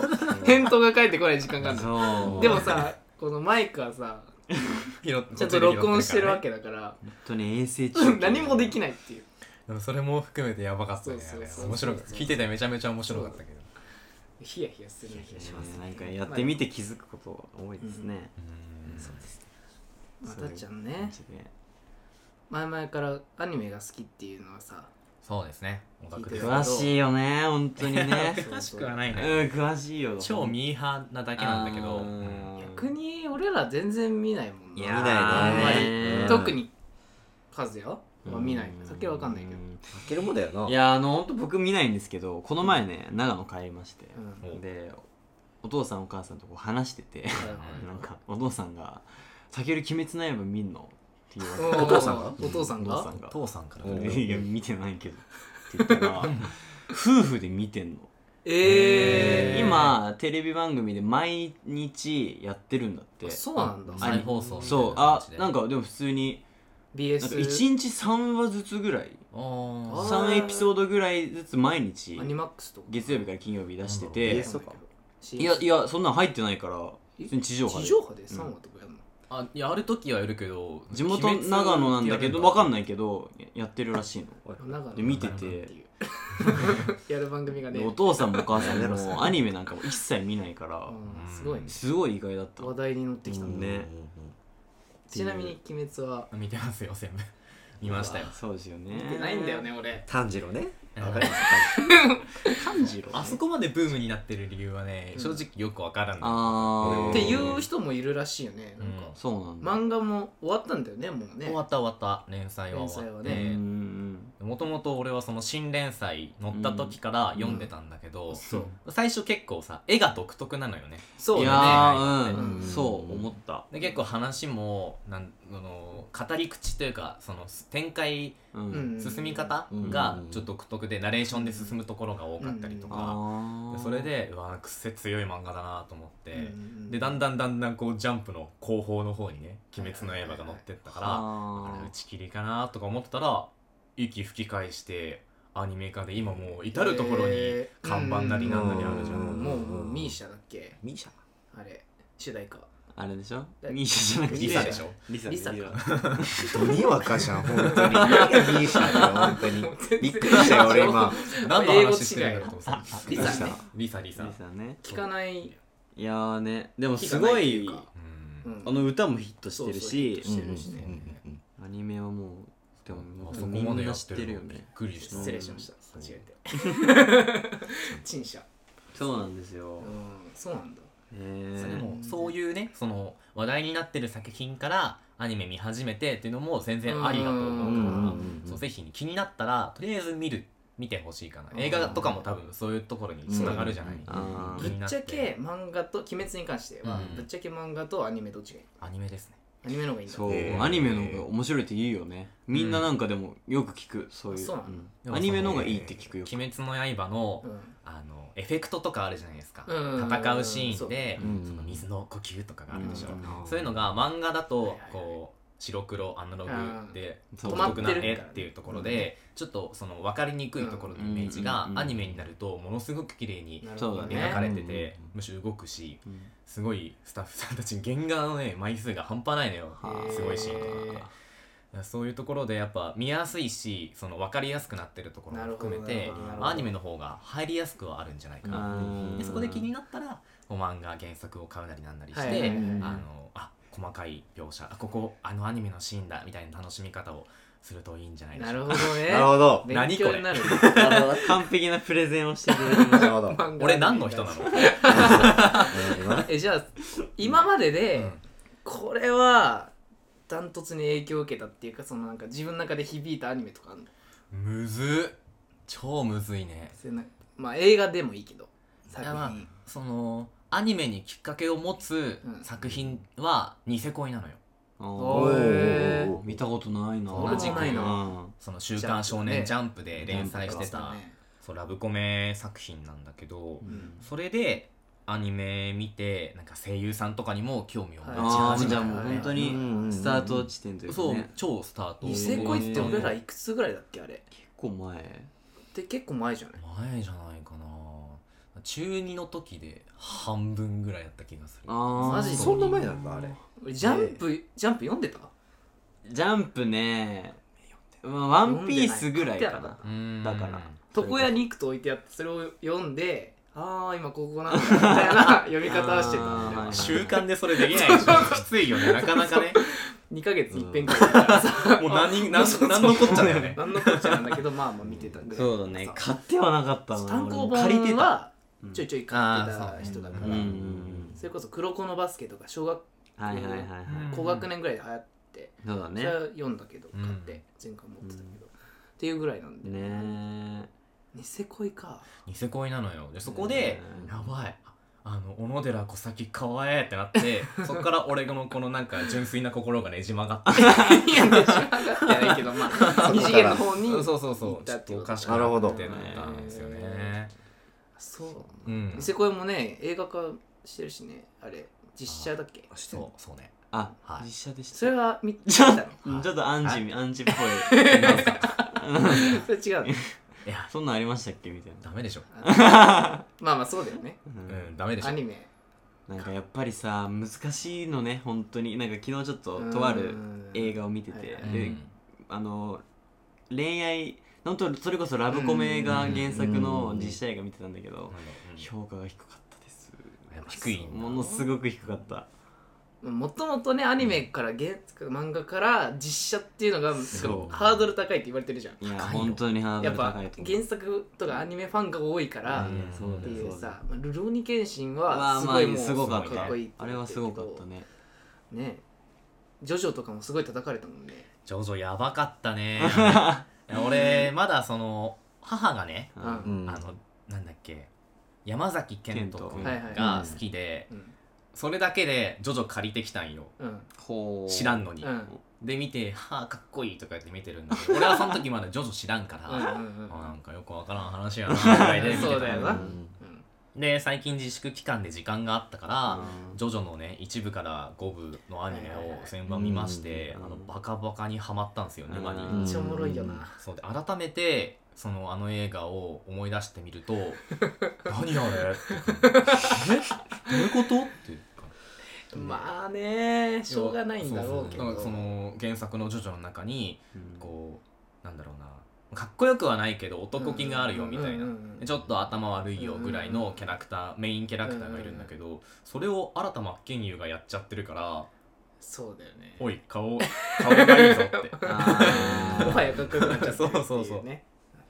[SPEAKER 1] 返答が返ってこない時間があるの
[SPEAKER 3] そう
[SPEAKER 1] でもさこのマイクは さ
[SPEAKER 5] そうそう
[SPEAKER 1] ちゃんと録音してるわけだから
[SPEAKER 3] 本当に遠征中
[SPEAKER 1] 何もで
[SPEAKER 3] ない
[SPEAKER 1] きないっていう
[SPEAKER 5] でもそれも含めてやばかったね
[SPEAKER 1] そうそうそう
[SPEAKER 5] 面白かった聞いててめちゃめちゃ面白かったけど
[SPEAKER 1] ヒヤヒヤするんだよ
[SPEAKER 3] します、なんかやってみて気づくこと多いですね、
[SPEAKER 5] うん
[SPEAKER 3] そうですね
[SPEAKER 1] まあ
[SPEAKER 3] そういう
[SPEAKER 1] たっちゃんね
[SPEAKER 3] 感じで
[SPEAKER 1] 前々からアニメが好きっていうのはさ
[SPEAKER 5] そうですねオタクです
[SPEAKER 1] 聞いてる
[SPEAKER 3] 詳しいよね本当 にね
[SPEAKER 1] 詳
[SPEAKER 5] しくはな
[SPEAKER 3] う
[SPEAKER 5] い
[SPEAKER 3] ん
[SPEAKER 5] ね
[SPEAKER 3] 詳しいよ
[SPEAKER 5] 超ミーハーなだけなんだけど
[SPEAKER 3] あー
[SPEAKER 5] うん
[SPEAKER 1] 逆に俺ら全然見ないもん
[SPEAKER 3] い
[SPEAKER 1] な
[SPEAKER 3] やー
[SPEAKER 2] 見ないね
[SPEAKER 3] うん
[SPEAKER 1] 特にカズよ、まあ、見ない
[SPEAKER 3] うん
[SPEAKER 1] 酒わかんないけど、
[SPEAKER 2] 開けるもんだよない
[SPEAKER 3] やあの本当僕見ないんですけどこの前ね長野帰りまして、
[SPEAKER 1] うん
[SPEAKER 5] お
[SPEAKER 3] でお父さんお母さんとこう話してて
[SPEAKER 5] ん
[SPEAKER 3] なんかお父さんが「先より鬼滅の刃見んの?」って言われて
[SPEAKER 1] お父さんがお父さん
[SPEAKER 3] お父さ
[SPEAKER 1] が
[SPEAKER 3] んが
[SPEAKER 5] 父さんから
[SPEAKER 2] お
[SPEAKER 5] ね
[SPEAKER 3] いや見てないけど」って言ったら 夫婦で見てんの
[SPEAKER 1] ええ
[SPEAKER 3] 今テレビ番組で毎日やってるんだって
[SPEAKER 1] あそうなんだ
[SPEAKER 3] あ
[SPEAKER 5] 再放送みたい
[SPEAKER 3] そう
[SPEAKER 5] な感
[SPEAKER 3] あ
[SPEAKER 5] じで
[SPEAKER 3] なんかでも普通になんか
[SPEAKER 1] BS
[SPEAKER 3] 1日3話ずつぐらい
[SPEAKER 5] あ
[SPEAKER 1] あ
[SPEAKER 5] ー
[SPEAKER 3] 3エピソードぐらいずつ毎日
[SPEAKER 1] アニマックスとか
[SPEAKER 3] 月曜日から金曜日出して
[SPEAKER 2] え
[SPEAKER 3] て
[SPEAKER 2] そうか
[SPEAKER 1] い
[SPEAKER 3] いやいやそんなん入ってないから普通に地上波で
[SPEAKER 1] 地上波で3話とかやるの、
[SPEAKER 5] あやるときはやるけど
[SPEAKER 3] 地元長野なんだけど分かんないけどやってるらしい
[SPEAKER 1] 長野
[SPEAKER 3] で見てて
[SPEAKER 1] 長野っていうやる番組がね、
[SPEAKER 3] のお
[SPEAKER 1] う
[SPEAKER 3] 父さんもお母さんもアニメなんかも一切見ないから
[SPEAKER 1] ん、すごいね
[SPEAKER 3] すごい意外だった
[SPEAKER 1] 話題に乗ってきたんだ、
[SPEAKER 3] ね
[SPEAKER 1] ちなみに「鬼滅」は
[SPEAKER 5] ら見てますよ全部 見ましたよ
[SPEAKER 3] そうですよね
[SPEAKER 1] 見てないんだよね俺
[SPEAKER 2] 炭治郎ね
[SPEAKER 5] うん
[SPEAKER 2] わかります
[SPEAKER 3] 炭治郎
[SPEAKER 5] あそこまでブームになってる理由はね
[SPEAKER 1] うん
[SPEAKER 5] 正直よくわからない
[SPEAKER 3] あー
[SPEAKER 1] っていう人もいるらしいよねなんか、
[SPEAKER 3] そうなんだ
[SPEAKER 1] 漫画も終わったんだよねもうね
[SPEAKER 5] 終わった終わった連載は終わっ
[SPEAKER 1] 連載
[SPEAKER 3] うんう
[SPEAKER 5] て
[SPEAKER 3] ん
[SPEAKER 5] もともと俺はその新連載乗った時から読んでたんだけど、最初結構さ絵が独特なのよね
[SPEAKER 1] そう
[SPEAKER 3] い
[SPEAKER 1] だ
[SPEAKER 3] や
[SPEAKER 1] ね
[SPEAKER 3] ーうん
[SPEAKER 1] うん
[SPEAKER 3] そう思った
[SPEAKER 5] で結構話もなんあの語り口というかその展開
[SPEAKER 3] う
[SPEAKER 1] うん
[SPEAKER 5] 進み方がちょっと独特でナレーションで進むところが多かったりとか、
[SPEAKER 3] あー
[SPEAKER 5] でそれでうわ癖強い漫画だなと思って、
[SPEAKER 1] うん
[SPEAKER 5] でだんだんだんだんこうジャンプの後方の方にね「鬼滅の刃」が乗ってったから、
[SPEAKER 3] あ
[SPEAKER 5] あれ
[SPEAKER 3] ー
[SPEAKER 5] 打ち切りかなとか思ってたら息吹き返してアニメ化で今もう至る所に
[SPEAKER 1] えー
[SPEAKER 5] 看板なりなんなりあるじゃん、
[SPEAKER 1] うんもうもう
[SPEAKER 2] うん
[SPEAKER 1] ミーシャだっけ
[SPEAKER 2] ミーシャ
[SPEAKER 1] あれ主題歌
[SPEAKER 3] あれでしょ
[SPEAKER 1] え
[SPEAKER 3] ミーシャじゃなくて
[SPEAKER 5] リサでしょ
[SPEAKER 3] リサ
[SPEAKER 1] リサか
[SPEAKER 2] 本当にわかじゃん本当にミーシャだよ本当にびっくりしたよ俺今
[SPEAKER 5] 何の話してるんだろうと思って
[SPEAKER 1] リサね
[SPEAKER 5] リサリサ
[SPEAKER 3] リサね
[SPEAKER 1] 聞かない
[SPEAKER 3] いやーねでもすごい
[SPEAKER 1] 聞かなってうか
[SPEAKER 5] うん
[SPEAKER 1] うん
[SPEAKER 3] あの歌もヒットしてるし
[SPEAKER 1] そうそうヒットしてるしね
[SPEAKER 2] うんうんうん
[SPEAKER 3] アニメはもうでも
[SPEAKER 5] あそこ
[SPEAKER 3] み
[SPEAKER 5] まで
[SPEAKER 3] ん
[SPEAKER 5] や
[SPEAKER 3] な
[SPEAKER 5] っ
[SPEAKER 3] 知
[SPEAKER 5] て
[SPEAKER 3] ってる
[SPEAKER 5] る
[SPEAKER 3] よ
[SPEAKER 5] のびっ
[SPEAKER 3] ね
[SPEAKER 5] くりした
[SPEAKER 1] 失礼しました間違えて陳謝
[SPEAKER 3] そうなんですよ
[SPEAKER 1] うんそうなんだ
[SPEAKER 3] へえ
[SPEAKER 5] それもそういうねその話題になってる作品からアニメ見始めてっていうのも全然ありだと
[SPEAKER 2] うんうん
[SPEAKER 5] 思う
[SPEAKER 2] う
[SPEAKER 5] か
[SPEAKER 2] ん
[SPEAKER 5] らそうぜひ気になったらとりあえず見る見てほしいかな映画とかも多分そういうところにつながるじゃない、
[SPEAKER 2] うん
[SPEAKER 3] あー
[SPEAKER 1] ぶっちゃけ漫画と「鬼滅」に関しては
[SPEAKER 5] うん
[SPEAKER 1] ぶっちゃけ漫画とアニメどっちがいい
[SPEAKER 5] アニメですね
[SPEAKER 1] アニメの方がいいんだ
[SPEAKER 3] そう、
[SPEAKER 2] えー
[SPEAKER 3] アニメの方が面白いって言うよねみんななんかでもよく聞くそういう
[SPEAKER 1] そうなの
[SPEAKER 3] うんアニメの方がいいって聞く
[SPEAKER 5] 「
[SPEAKER 3] よ
[SPEAKER 5] 鬼滅の刃の」
[SPEAKER 1] うん
[SPEAKER 5] あのエフェクトとかあるじゃないですか、
[SPEAKER 1] うん
[SPEAKER 5] 戦うシーンで、
[SPEAKER 3] うん
[SPEAKER 5] その水の呼吸とかがあるでしょ、
[SPEAKER 1] うん
[SPEAKER 5] そういうのが漫画
[SPEAKER 1] はい
[SPEAKER 5] だ
[SPEAKER 1] は
[SPEAKER 5] と
[SPEAKER 1] いはい
[SPEAKER 5] こう白黒アナログで
[SPEAKER 3] そう
[SPEAKER 5] 独
[SPEAKER 1] 止ま
[SPEAKER 5] 特
[SPEAKER 1] て
[SPEAKER 5] な
[SPEAKER 1] るからね
[SPEAKER 5] 絵っていうところでちょっとその分かりにくいところのイメージ
[SPEAKER 3] う
[SPEAKER 5] が
[SPEAKER 3] んうん
[SPEAKER 5] アニメになるとものすごく綺麗に
[SPEAKER 1] なるほ
[SPEAKER 3] そう
[SPEAKER 1] ど
[SPEAKER 3] だ
[SPEAKER 1] ね
[SPEAKER 3] ね
[SPEAKER 5] 描かれて
[SPEAKER 2] うんうんうん
[SPEAKER 5] てむしろ動くし
[SPEAKER 3] うん
[SPEAKER 5] すごいスタッフさんたちに原画のね枚数が半端ないのよ
[SPEAKER 1] へー
[SPEAKER 5] すごいシーンとかって。いやそういうところでやっぱ見やすいしその分かりやすくなってるところも含め
[SPEAKER 1] なる
[SPEAKER 5] て
[SPEAKER 1] ほどなるほど
[SPEAKER 5] アニメの方が入りやすくはあるんじゃないかな
[SPEAKER 3] あー
[SPEAKER 5] でそこで気になったらお漫画原作を買うなりなんなりして、
[SPEAKER 1] はいはいはいはい
[SPEAKER 5] あのあ細かい描写あここあのアニメのシーンだみたいな楽しみ方をするといいんじゃないでし
[SPEAKER 1] な
[SPEAKER 5] ょ
[SPEAKER 1] る
[SPEAKER 5] う
[SPEAKER 1] ほ
[SPEAKER 5] か
[SPEAKER 1] どね
[SPEAKER 2] なるほど
[SPEAKER 1] 勉強になる
[SPEAKER 3] 完璧なプレゼンをしてくれる
[SPEAKER 2] なるほど
[SPEAKER 5] 俺何の人なの
[SPEAKER 1] えじゃあ今までで、
[SPEAKER 5] うん
[SPEAKER 1] これはダントツに影響を受けたっていうかそのなんか自分の中で響いたアニメとかあるの
[SPEAKER 5] むずっ超むずいね
[SPEAKER 1] それなまあ映画でもいいけど
[SPEAKER 5] い
[SPEAKER 1] 作
[SPEAKER 5] や
[SPEAKER 1] 品、
[SPEAKER 5] まあそのアニメにきっかけを持つ
[SPEAKER 1] うん
[SPEAKER 5] 作品はニセ恋なのよ
[SPEAKER 1] おー
[SPEAKER 3] おー見たことないな
[SPEAKER 1] 俺
[SPEAKER 5] もないな
[SPEAKER 3] うん
[SPEAKER 5] その「週刊少年ジャンプ」で
[SPEAKER 1] ね
[SPEAKER 5] 連載し
[SPEAKER 1] ジャン
[SPEAKER 5] て
[SPEAKER 1] プとか
[SPEAKER 5] た、
[SPEAKER 1] ね
[SPEAKER 5] そうラブコメ作品なんだけど、
[SPEAKER 1] うん
[SPEAKER 5] それでアニメ見てなんか声優さんとかにも興味を持ち
[SPEAKER 3] あー
[SPEAKER 5] 始め
[SPEAKER 3] じゃ
[SPEAKER 5] た
[SPEAKER 3] あもう本当にスタート地点というか
[SPEAKER 5] そう
[SPEAKER 3] ね
[SPEAKER 5] 超スタート
[SPEAKER 1] ニセ恋って俺ら
[SPEAKER 5] 前
[SPEAKER 1] いくつぐらいだっけあれ
[SPEAKER 3] 結構前
[SPEAKER 1] で結構前じゃない
[SPEAKER 5] じゃないかな中二の時で半分ぐらいやった気がする
[SPEAKER 3] あ
[SPEAKER 1] マジ
[SPEAKER 2] そんな前なんだあれ
[SPEAKER 1] 俺ジャンプ、ジャンプ読んでた
[SPEAKER 3] ジャンプねまあワンピースぐらいか
[SPEAKER 1] 読んで
[SPEAKER 3] な
[SPEAKER 1] な
[SPEAKER 5] うーん
[SPEAKER 3] だから
[SPEAKER 1] 床屋に行くと置いてあってそれを読んでああ今ここなんだみたいな 読み方してたんで
[SPEAKER 3] あー
[SPEAKER 5] 習慣でそれできないでしょきついよねなかなかね
[SPEAKER 1] 2ヶ月に一遍ぐらいだからさ
[SPEAKER 5] もう何何何のこっちゃだよね
[SPEAKER 1] 何のこっ ちゃなんだけどまあまあ見てたぐらい
[SPEAKER 3] そうだね買ってはなかったな
[SPEAKER 1] 単行
[SPEAKER 3] 俺も借りて
[SPEAKER 1] 本
[SPEAKER 3] た
[SPEAKER 1] はちょいちょい買ってた人だから、
[SPEAKER 3] うんうんうん
[SPEAKER 1] それこそ「黒子のバスケ」とか小学
[SPEAKER 3] はいはいはいはい
[SPEAKER 5] うん
[SPEAKER 1] 高学年ぐらいで流行って、
[SPEAKER 3] そうだ
[SPEAKER 1] それは
[SPEAKER 3] ね
[SPEAKER 1] 読んだけど買って前回持ってたけど、っていうぐらいなんで
[SPEAKER 3] ね
[SPEAKER 1] ニセ恋か
[SPEAKER 5] ニセ恋なのよでそこで、
[SPEAKER 3] うん
[SPEAKER 5] やばいあの小野寺小崎かわえってなって そこから俺のこのなんか純粋な心がねじ曲がって
[SPEAKER 1] いや知らなかないけどまあ二次元の方に
[SPEAKER 5] そうそうそ
[SPEAKER 1] 行
[SPEAKER 5] うそ
[SPEAKER 1] っ
[SPEAKER 5] うち
[SPEAKER 1] た
[SPEAKER 5] ょ
[SPEAKER 1] っ
[SPEAKER 5] ってと
[SPEAKER 1] こ
[SPEAKER 5] お
[SPEAKER 1] と
[SPEAKER 5] かしくなってなったんですよ
[SPEAKER 1] なるほ
[SPEAKER 5] ね
[SPEAKER 1] そう
[SPEAKER 5] うん
[SPEAKER 1] ニセ恋もね映画化してるしねあれ実写だっけ
[SPEAKER 5] そうそうね
[SPEAKER 3] あ
[SPEAKER 5] はい
[SPEAKER 3] 実写でし
[SPEAKER 1] それは見見
[SPEAKER 3] ちょ
[SPEAKER 1] た
[SPEAKER 3] っ
[SPEAKER 1] の
[SPEAKER 5] はい
[SPEAKER 3] とちょっとアンジアンジっぽいなんか
[SPEAKER 1] それ違うの
[SPEAKER 5] いや
[SPEAKER 3] そんなんありましたっけみたい
[SPEAKER 5] ダメでしょ
[SPEAKER 1] あまあまあそうだよね
[SPEAKER 5] う
[SPEAKER 3] なん
[SPEAKER 5] ダメでし
[SPEAKER 1] ア
[SPEAKER 5] ょ
[SPEAKER 1] ニメ
[SPEAKER 3] なんかやっぱりさ難しいのね本当になんか昨日ちょっととある映画を見てて
[SPEAKER 1] うん
[SPEAKER 5] う
[SPEAKER 3] で
[SPEAKER 5] ん
[SPEAKER 3] あの恋愛本当それこそラブコメが原作の実写映画見てたんだけど評価が低かったです
[SPEAKER 5] やっぱ低いんだ
[SPEAKER 3] ものすごく低かった
[SPEAKER 1] もともとねアニメから原漫画から実写っていうのが
[SPEAKER 3] そう
[SPEAKER 1] ハードル高いって言われてるじゃん
[SPEAKER 3] いや
[SPEAKER 5] 高いよ
[SPEAKER 3] 本当にハード
[SPEAKER 1] やっ
[SPEAKER 3] ル
[SPEAKER 1] ぱ
[SPEAKER 3] 高いと思う
[SPEAKER 1] 原作とかアニメファンが多いから
[SPEAKER 5] う
[SPEAKER 1] っ
[SPEAKER 5] ん
[SPEAKER 3] そうだよ
[SPEAKER 1] ていう
[SPEAKER 3] そうだよ
[SPEAKER 1] さ「ルローニケンシン」
[SPEAKER 3] ま
[SPEAKER 1] は
[SPEAKER 3] あ
[SPEAKER 1] す
[SPEAKER 3] まあ
[SPEAKER 1] ごいもう
[SPEAKER 3] すごかった
[SPEAKER 5] すごい
[SPEAKER 1] っこいいて
[SPEAKER 3] あれはすごかったね
[SPEAKER 1] ねジョジョとかもすごい叩かれたもんね
[SPEAKER 5] ジョジョやばかった ねいや俺まだその母がね
[SPEAKER 1] ん
[SPEAKER 3] うん
[SPEAKER 2] うん
[SPEAKER 5] あのなんだっけ山崎賢人君
[SPEAKER 1] はいはい
[SPEAKER 5] が好きで
[SPEAKER 1] うん
[SPEAKER 5] それだけでジョジョ借りてきたんよ
[SPEAKER 1] うん
[SPEAKER 3] ほう
[SPEAKER 5] 知らんのに、
[SPEAKER 1] うん
[SPEAKER 5] で見て「はあかっこいい」とか言って見てるんだけど俺はその時まだジョジョ知らんから、
[SPEAKER 1] うん
[SPEAKER 5] あ
[SPEAKER 1] うんうん
[SPEAKER 5] なんかよくわからん話やなぐらいで見て た
[SPEAKER 1] そうだよな
[SPEAKER 3] うん
[SPEAKER 1] うん
[SPEAKER 5] で最近自粛期間で時間があったから、
[SPEAKER 3] うん
[SPEAKER 5] ジョジョのね1部から5部のアニメ
[SPEAKER 1] はいはいは
[SPEAKER 5] を
[SPEAKER 1] い
[SPEAKER 5] 先番見まして、
[SPEAKER 3] うん
[SPEAKER 5] あのバカバカにハマったんですよ沼に、
[SPEAKER 3] うん
[SPEAKER 1] めっちゃおもろいよな
[SPEAKER 5] そうで改めてそのあの映画を思い出して みると「何あれ?」ってえどういうこと?」っていうか
[SPEAKER 1] まあねしょうがないんだろうけ
[SPEAKER 5] そ
[SPEAKER 1] ど
[SPEAKER 5] そその原作の「ジョジョ」の中に
[SPEAKER 3] うん
[SPEAKER 5] こうなんだろうなかっこよくはないけど男気があるよみたいな、
[SPEAKER 1] うんうんうんうん
[SPEAKER 5] ちょっと頭悪いよぐらいのキャラクターメインキャラクターがいるんだけど、それを新田真剣佑がやっちゃってるから
[SPEAKER 1] そうだよね
[SPEAKER 5] 「おい顔顔がいいぞ」 って
[SPEAKER 3] あー
[SPEAKER 1] もはやかっこよくなっちゃってるっていうね
[SPEAKER 5] そうそうそう
[SPEAKER 1] っ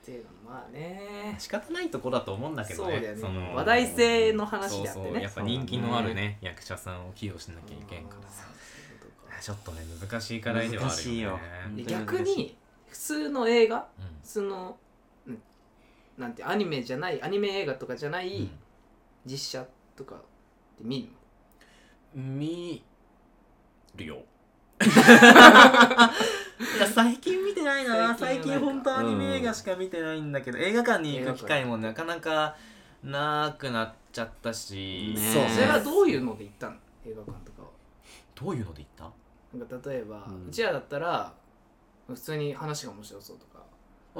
[SPEAKER 1] ていうのもまあね
[SPEAKER 5] 仕方ないとこだと思うんだけど
[SPEAKER 1] そう
[SPEAKER 5] ね
[SPEAKER 1] だよね
[SPEAKER 5] その
[SPEAKER 1] 話題性の話であってね
[SPEAKER 5] そうそうやっぱ人気のあるね役者さんを起用しなきゃいけんからさ
[SPEAKER 1] そういうことか
[SPEAKER 5] ちょっとね難しい課題ではある
[SPEAKER 3] 難
[SPEAKER 5] よね
[SPEAKER 3] しいよ
[SPEAKER 1] で
[SPEAKER 3] 本当
[SPEAKER 1] 逆
[SPEAKER 3] に難しい
[SPEAKER 1] に普通の映画
[SPEAKER 5] うん
[SPEAKER 1] 普通のうんなんてアニメじゃないアニメ映画とかじゃな
[SPEAKER 5] う
[SPEAKER 1] い
[SPEAKER 5] ん
[SPEAKER 1] 実写とかって見るの
[SPEAKER 5] 見るよいや最近見てないな
[SPEAKER 1] 最
[SPEAKER 5] 最
[SPEAKER 1] 近はな
[SPEAKER 5] 近
[SPEAKER 1] いか
[SPEAKER 5] 本当アニメ映画しか見てないんだけど、映画館に行く機会もなかなかなくなっちゃったし、
[SPEAKER 3] ね
[SPEAKER 1] そう
[SPEAKER 3] え
[SPEAKER 1] それはどういうので行ったの映画館とかは
[SPEAKER 5] どういうので行っ
[SPEAKER 1] なんか例えば
[SPEAKER 3] うん
[SPEAKER 1] うちらだったら普通に話が面白そうとか
[SPEAKER 5] た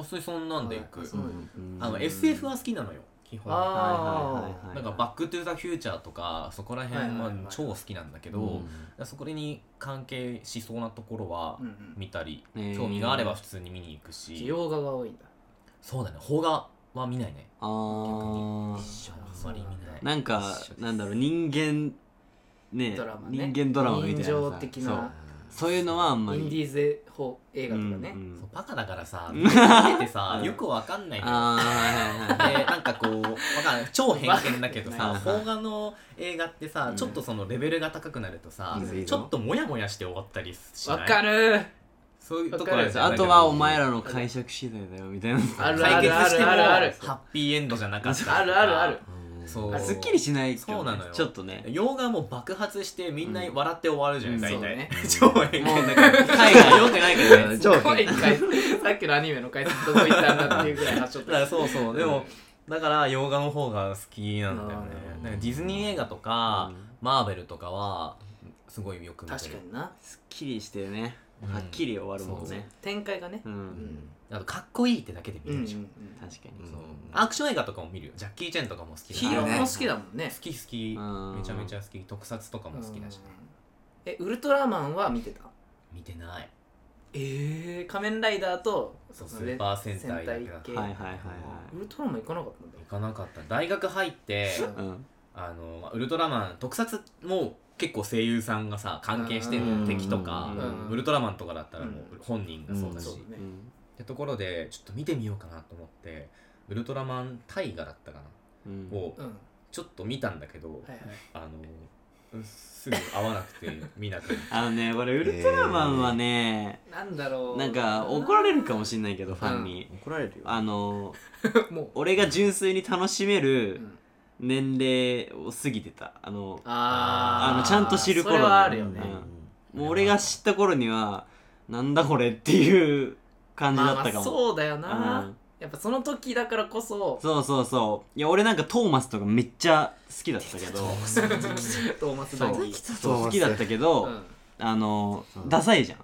[SPEAKER 5] あそれそんなんで行く、
[SPEAKER 1] はいそう
[SPEAKER 3] うん
[SPEAKER 5] あの SF は好きなのよ基本
[SPEAKER 3] い
[SPEAKER 1] あ
[SPEAKER 3] はいはいはい
[SPEAKER 5] なんか「バック・トゥ・ザ・フューチャー」とかそこら辺
[SPEAKER 1] はいはい
[SPEAKER 5] は
[SPEAKER 1] はい
[SPEAKER 5] 超好きなんだけど、だからそこに関係しそうなところは
[SPEAKER 1] ーうんうん
[SPEAKER 5] 見たり、
[SPEAKER 3] へー
[SPEAKER 5] 興味があれば普通に見に行く
[SPEAKER 1] 需
[SPEAKER 5] し
[SPEAKER 1] 要側が多いんだ
[SPEAKER 5] そうだね邦画は見ないね
[SPEAKER 3] あー
[SPEAKER 5] あんまり見ない
[SPEAKER 3] なんかなんだろう人間ね
[SPEAKER 1] ドラマね
[SPEAKER 3] 人間ドラマみたいな
[SPEAKER 1] 人
[SPEAKER 3] さ
[SPEAKER 1] 情的な
[SPEAKER 3] そうそういうのはあんま
[SPEAKER 1] イ
[SPEAKER 3] り
[SPEAKER 1] ンディーズ映画とかね、
[SPEAKER 3] うんうん
[SPEAKER 5] そうバカだからさ見ててさ
[SPEAKER 3] うん
[SPEAKER 5] よくわかんないのよ
[SPEAKER 3] あーはいはいはい
[SPEAKER 5] でなんかこうわかんない超偏見だけど
[SPEAKER 3] わ
[SPEAKER 5] さ
[SPEAKER 3] かんない
[SPEAKER 5] 邦画の映画ってさ、ちょっとそのレベルが高くなるとさ、
[SPEAKER 3] うん
[SPEAKER 5] ちょっとモヤモヤして終わったりしない
[SPEAKER 1] わかるー
[SPEAKER 5] そういうとこ
[SPEAKER 1] わか
[SPEAKER 5] ろ
[SPEAKER 1] る
[SPEAKER 5] じゃ
[SPEAKER 3] あ
[SPEAKER 5] ない
[SPEAKER 3] とはお前らの解釈次第だよみたいな
[SPEAKER 1] ある
[SPEAKER 5] 解決しても
[SPEAKER 1] あるあるある
[SPEAKER 5] ハッピーエンドじゃなかったりとか
[SPEAKER 1] あるあるある
[SPEAKER 5] そう
[SPEAKER 3] あすっきりしないけどね
[SPEAKER 5] そうなのよ
[SPEAKER 3] ちょっとね
[SPEAKER 5] 洋画も爆発してみんな笑って終わるじゃない
[SPEAKER 1] うん
[SPEAKER 5] ですか、大体、
[SPEAKER 3] も
[SPEAKER 5] 超
[SPEAKER 3] うな
[SPEAKER 5] 変
[SPEAKER 3] ん
[SPEAKER 5] 見
[SPEAKER 3] か
[SPEAKER 5] 海外読んでないけどね
[SPEAKER 2] じゃ
[SPEAKER 1] すごい解説さっきのアニメの解説どこ行ったんだっていうぐらい発祥
[SPEAKER 5] だからそうそうでもだから洋画の方が好きなんだよね
[SPEAKER 3] うん
[SPEAKER 5] なんかディズニー映画とか、マーベルとかはすごいよく見てる
[SPEAKER 1] 確かにな
[SPEAKER 3] すっきりしてね
[SPEAKER 5] うん
[SPEAKER 3] はっきり終わるもんね
[SPEAKER 1] 展開がね
[SPEAKER 3] う
[SPEAKER 1] うんん
[SPEAKER 5] あとかっこいいってだけで見
[SPEAKER 1] うんう
[SPEAKER 5] る
[SPEAKER 1] ん
[SPEAKER 5] でしょ、
[SPEAKER 3] 確かに
[SPEAKER 5] そう
[SPEAKER 2] うん
[SPEAKER 5] アクション映画とかも見るよジャッキー・チェンとかも好きだし
[SPEAKER 1] ヒーローも好きだもんね
[SPEAKER 5] 好き好き
[SPEAKER 3] うん
[SPEAKER 5] めちゃめちゃ好き特撮とかも好きだしね
[SPEAKER 1] うんえウルトラマンは見てた
[SPEAKER 5] 見てない
[SPEAKER 1] えー、仮面ライダーと
[SPEAKER 5] そう
[SPEAKER 1] そ
[SPEAKER 5] ス
[SPEAKER 1] うね
[SPEAKER 5] ーパー戦隊だけ
[SPEAKER 1] 戦
[SPEAKER 5] だ
[SPEAKER 1] 隊系
[SPEAKER 3] はいはいはいはい
[SPEAKER 1] ウルトラマン行かなかったんだ
[SPEAKER 5] 行かなかった大学 入って
[SPEAKER 3] うん
[SPEAKER 5] あのまあウルトラマン特撮も結構声優さんがさ関係してん
[SPEAKER 3] うん
[SPEAKER 5] の敵とか
[SPEAKER 1] うん
[SPEAKER 5] ウルトラマンとかだったらも
[SPEAKER 1] う
[SPEAKER 5] う本人がそうだし、
[SPEAKER 1] そう
[SPEAKER 5] っ
[SPEAKER 1] だね
[SPEAKER 5] てところでちょっと見てみようかなと思ってウルトラマン大河だったか
[SPEAKER 3] うん
[SPEAKER 5] なを
[SPEAKER 1] うんは
[SPEAKER 5] ちょっと見たんだけど、
[SPEAKER 1] いはい
[SPEAKER 5] あのうんすぐ合わなくて見なくて
[SPEAKER 3] あのね俺ウルトラマンはね
[SPEAKER 1] なんだろう
[SPEAKER 3] なんか怒られるかもしんないけどファンに
[SPEAKER 2] 怒られるよ
[SPEAKER 3] あの
[SPEAKER 1] も
[SPEAKER 3] 俺が純粋に楽しめ
[SPEAKER 1] う、う
[SPEAKER 3] る
[SPEAKER 1] ん、
[SPEAKER 3] 年齢を過ぎてたあの
[SPEAKER 1] あー
[SPEAKER 3] あのちゃんと知る頃
[SPEAKER 1] それはあるよね、
[SPEAKER 3] うんもう俺が知った頃にはなんだこれっていう感じだった
[SPEAKER 1] まあ
[SPEAKER 3] か
[SPEAKER 1] まあ
[SPEAKER 3] も
[SPEAKER 1] そうだよな、
[SPEAKER 3] うん
[SPEAKER 1] やっぱその時だからこそ
[SPEAKER 3] そうそうそういや俺なんかトーマスとかめっちゃ好きだったけど
[SPEAKER 1] トーマス・
[SPEAKER 3] そ
[SPEAKER 1] ダ
[SPEAKER 3] う
[SPEAKER 1] ディ
[SPEAKER 3] そう好きだったけど、
[SPEAKER 1] うん
[SPEAKER 3] あの
[SPEAKER 2] そう
[SPEAKER 3] ダサいじゃん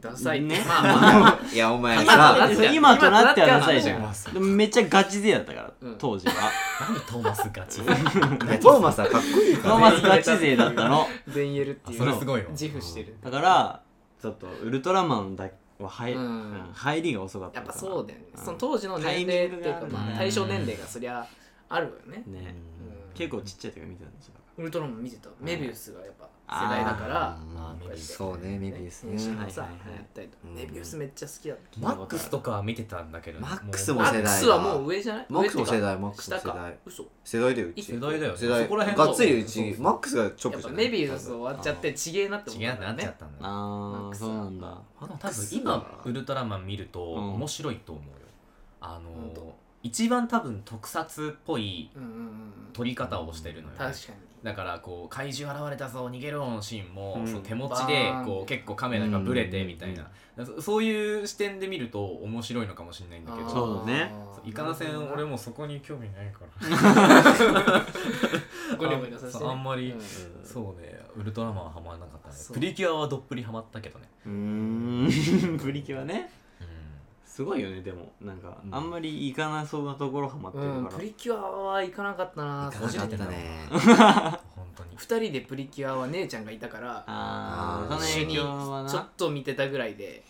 [SPEAKER 1] ダサいね
[SPEAKER 3] ね
[SPEAKER 1] まあまあ
[SPEAKER 2] いやお前
[SPEAKER 1] 今とな
[SPEAKER 2] さ
[SPEAKER 1] っ
[SPEAKER 3] 今今となってはダサいじ
[SPEAKER 1] 今と
[SPEAKER 3] ゃ
[SPEAKER 1] なっ
[SPEAKER 3] んでもめっちゃガチ勢だったから、
[SPEAKER 1] うん
[SPEAKER 3] 当時 は
[SPEAKER 5] 何トーマスガチ
[SPEAKER 2] トーマスはかっこいい
[SPEAKER 3] ト
[SPEAKER 2] か
[SPEAKER 3] ーマスガチ勢だったの
[SPEAKER 1] 全言えるって いう
[SPEAKER 5] それすごいよ
[SPEAKER 1] 自負してる
[SPEAKER 3] だからちょっとウルトラマンだは入,、
[SPEAKER 1] うん
[SPEAKER 3] うん入りが遅かった
[SPEAKER 1] やっ
[SPEAKER 3] から
[SPEAKER 1] ぱそうだよね、
[SPEAKER 3] うん
[SPEAKER 1] その当時の年齢っていう
[SPEAKER 3] タイ
[SPEAKER 1] か
[SPEAKER 3] ミングがある
[SPEAKER 1] まあ対象年齢がそりゃあるわよね、
[SPEAKER 3] ね
[SPEAKER 1] うん
[SPEAKER 3] 結構ちっちゃい時見てたんですよ
[SPEAKER 1] ウルトラマン見てたメビウスがやっぱ世代だから
[SPEAKER 2] あー
[SPEAKER 1] まあこやって
[SPEAKER 2] そうねメビウスね
[SPEAKER 1] 変身がさ
[SPEAKER 3] はいはいはい
[SPEAKER 1] 流行ったりとか
[SPEAKER 2] うん
[SPEAKER 1] メビウスめっちゃ好きだっ
[SPEAKER 5] マックスとかは見てたんだけど
[SPEAKER 2] マックス
[SPEAKER 1] た
[SPEAKER 2] も
[SPEAKER 1] マッ
[SPEAKER 2] 世代
[SPEAKER 1] クスはもう上じゃない
[SPEAKER 2] マックスも
[SPEAKER 1] 上ってい
[SPEAKER 2] 世
[SPEAKER 1] うか
[SPEAKER 2] 代マックスも世
[SPEAKER 1] 下か
[SPEAKER 2] 代
[SPEAKER 1] 嘘
[SPEAKER 2] 世代だようち
[SPEAKER 5] 世代だよね
[SPEAKER 2] 世代
[SPEAKER 5] そこら辺
[SPEAKER 2] がっつりう
[SPEAKER 5] そう
[SPEAKER 2] ち
[SPEAKER 5] そう
[SPEAKER 2] マックスがチ
[SPEAKER 1] や
[SPEAKER 2] ョップ
[SPEAKER 1] っ
[SPEAKER 2] じ
[SPEAKER 1] ぱ
[SPEAKER 2] ゃな
[SPEAKER 1] メ
[SPEAKER 2] い
[SPEAKER 1] ビウス終わっちゃってちげえなって思
[SPEAKER 5] 違
[SPEAKER 1] っ
[SPEAKER 5] う
[SPEAKER 1] た
[SPEAKER 5] な
[SPEAKER 1] だ
[SPEAKER 5] んなっちゃ
[SPEAKER 1] ね
[SPEAKER 5] ったんだよ
[SPEAKER 3] あ
[SPEAKER 1] マッ
[SPEAKER 3] あ
[SPEAKER 1] クス
[SPEAKER 3] そうなんだ
[SPEAKER 5] でも多
[SPEAKER 2] マ
[SPEAKER 5] 分
[SPEAKER 2] ック
[SPEAKER 5] 今
[SPEAKER 2] ス
[SPEAKER 5] ウルトラマン見ると
[SPEAKER 3] うん
[SPEAKER 5] 面白いと思うよ、あ
[SPEAKER 1] ほん
[SPEAKER 5] の
[SPEAKER 1] と
[SPEAKER 5] 一番多分特撮っぽい
[SPEAKER 1] うんうんうん
[SPEAKER 5] 撮り方をしてるのよ、
[SPEAKER 1] 確か
[SPEAKER 5] だからこう怪獣現れたぞ逃げろのシーンも、
[SPEAKER 3] うん
[SPEAKER 5] その手持ちで
[SPEAKER 1] バーン
[SPEAKER 5] こう結構カメラがブレてみたいな、そそういう視点で見ると面白いのかもしれないんだけ
[SPEAKER 1] に
[SPEAKER 5] ど
[SPEAKER 3] そうだね
[SPEAKER 5] いかなんせん俺もそこに興味ないから
[SPEAKER 1] ゴリゴリ させて
[SPEAKER 5] あんまり
[SPEAKER 1] うん
[SPEAKER 5] そうねウルトラマンはハマらなかったね
[SPEAKER 1] そう
[SPEAKER 5] プリキュアはどっぷりハマったけどね、
[SPEAKER 3] うーん プリキュアね
[SPEAKER 5] うん
[SPEAKER 3] すごいよねでもなんか、
[SPEAKER 2] うん
[SPEAKER 3] あんまり行かなそうなところハマってる
[SPEAKER 1] うん
[SPEAKER 3] から、
[SPEAKER 1] プリキュアは行かなかったな
[SPEAKER 5] 行
[SPEAKER 2] 面白かったね
[SPEAKER 5] 本当に
[SPEAKER 1] 二人でプリキュアは姉ちゃんがいたから
[SPEAKER 3] あ
[SPEAKER 2] あー
[SPEAKER 3] あその
[SPEAKER 1] 一緒
[SPEAKER 3] 影
[SPEAKER 1] にち
[SPEAKER 3] 響は
[SPEAKER 1] ょ
[SPEAKER 3] な
[SPEAKER 1] っと見てたぐらいで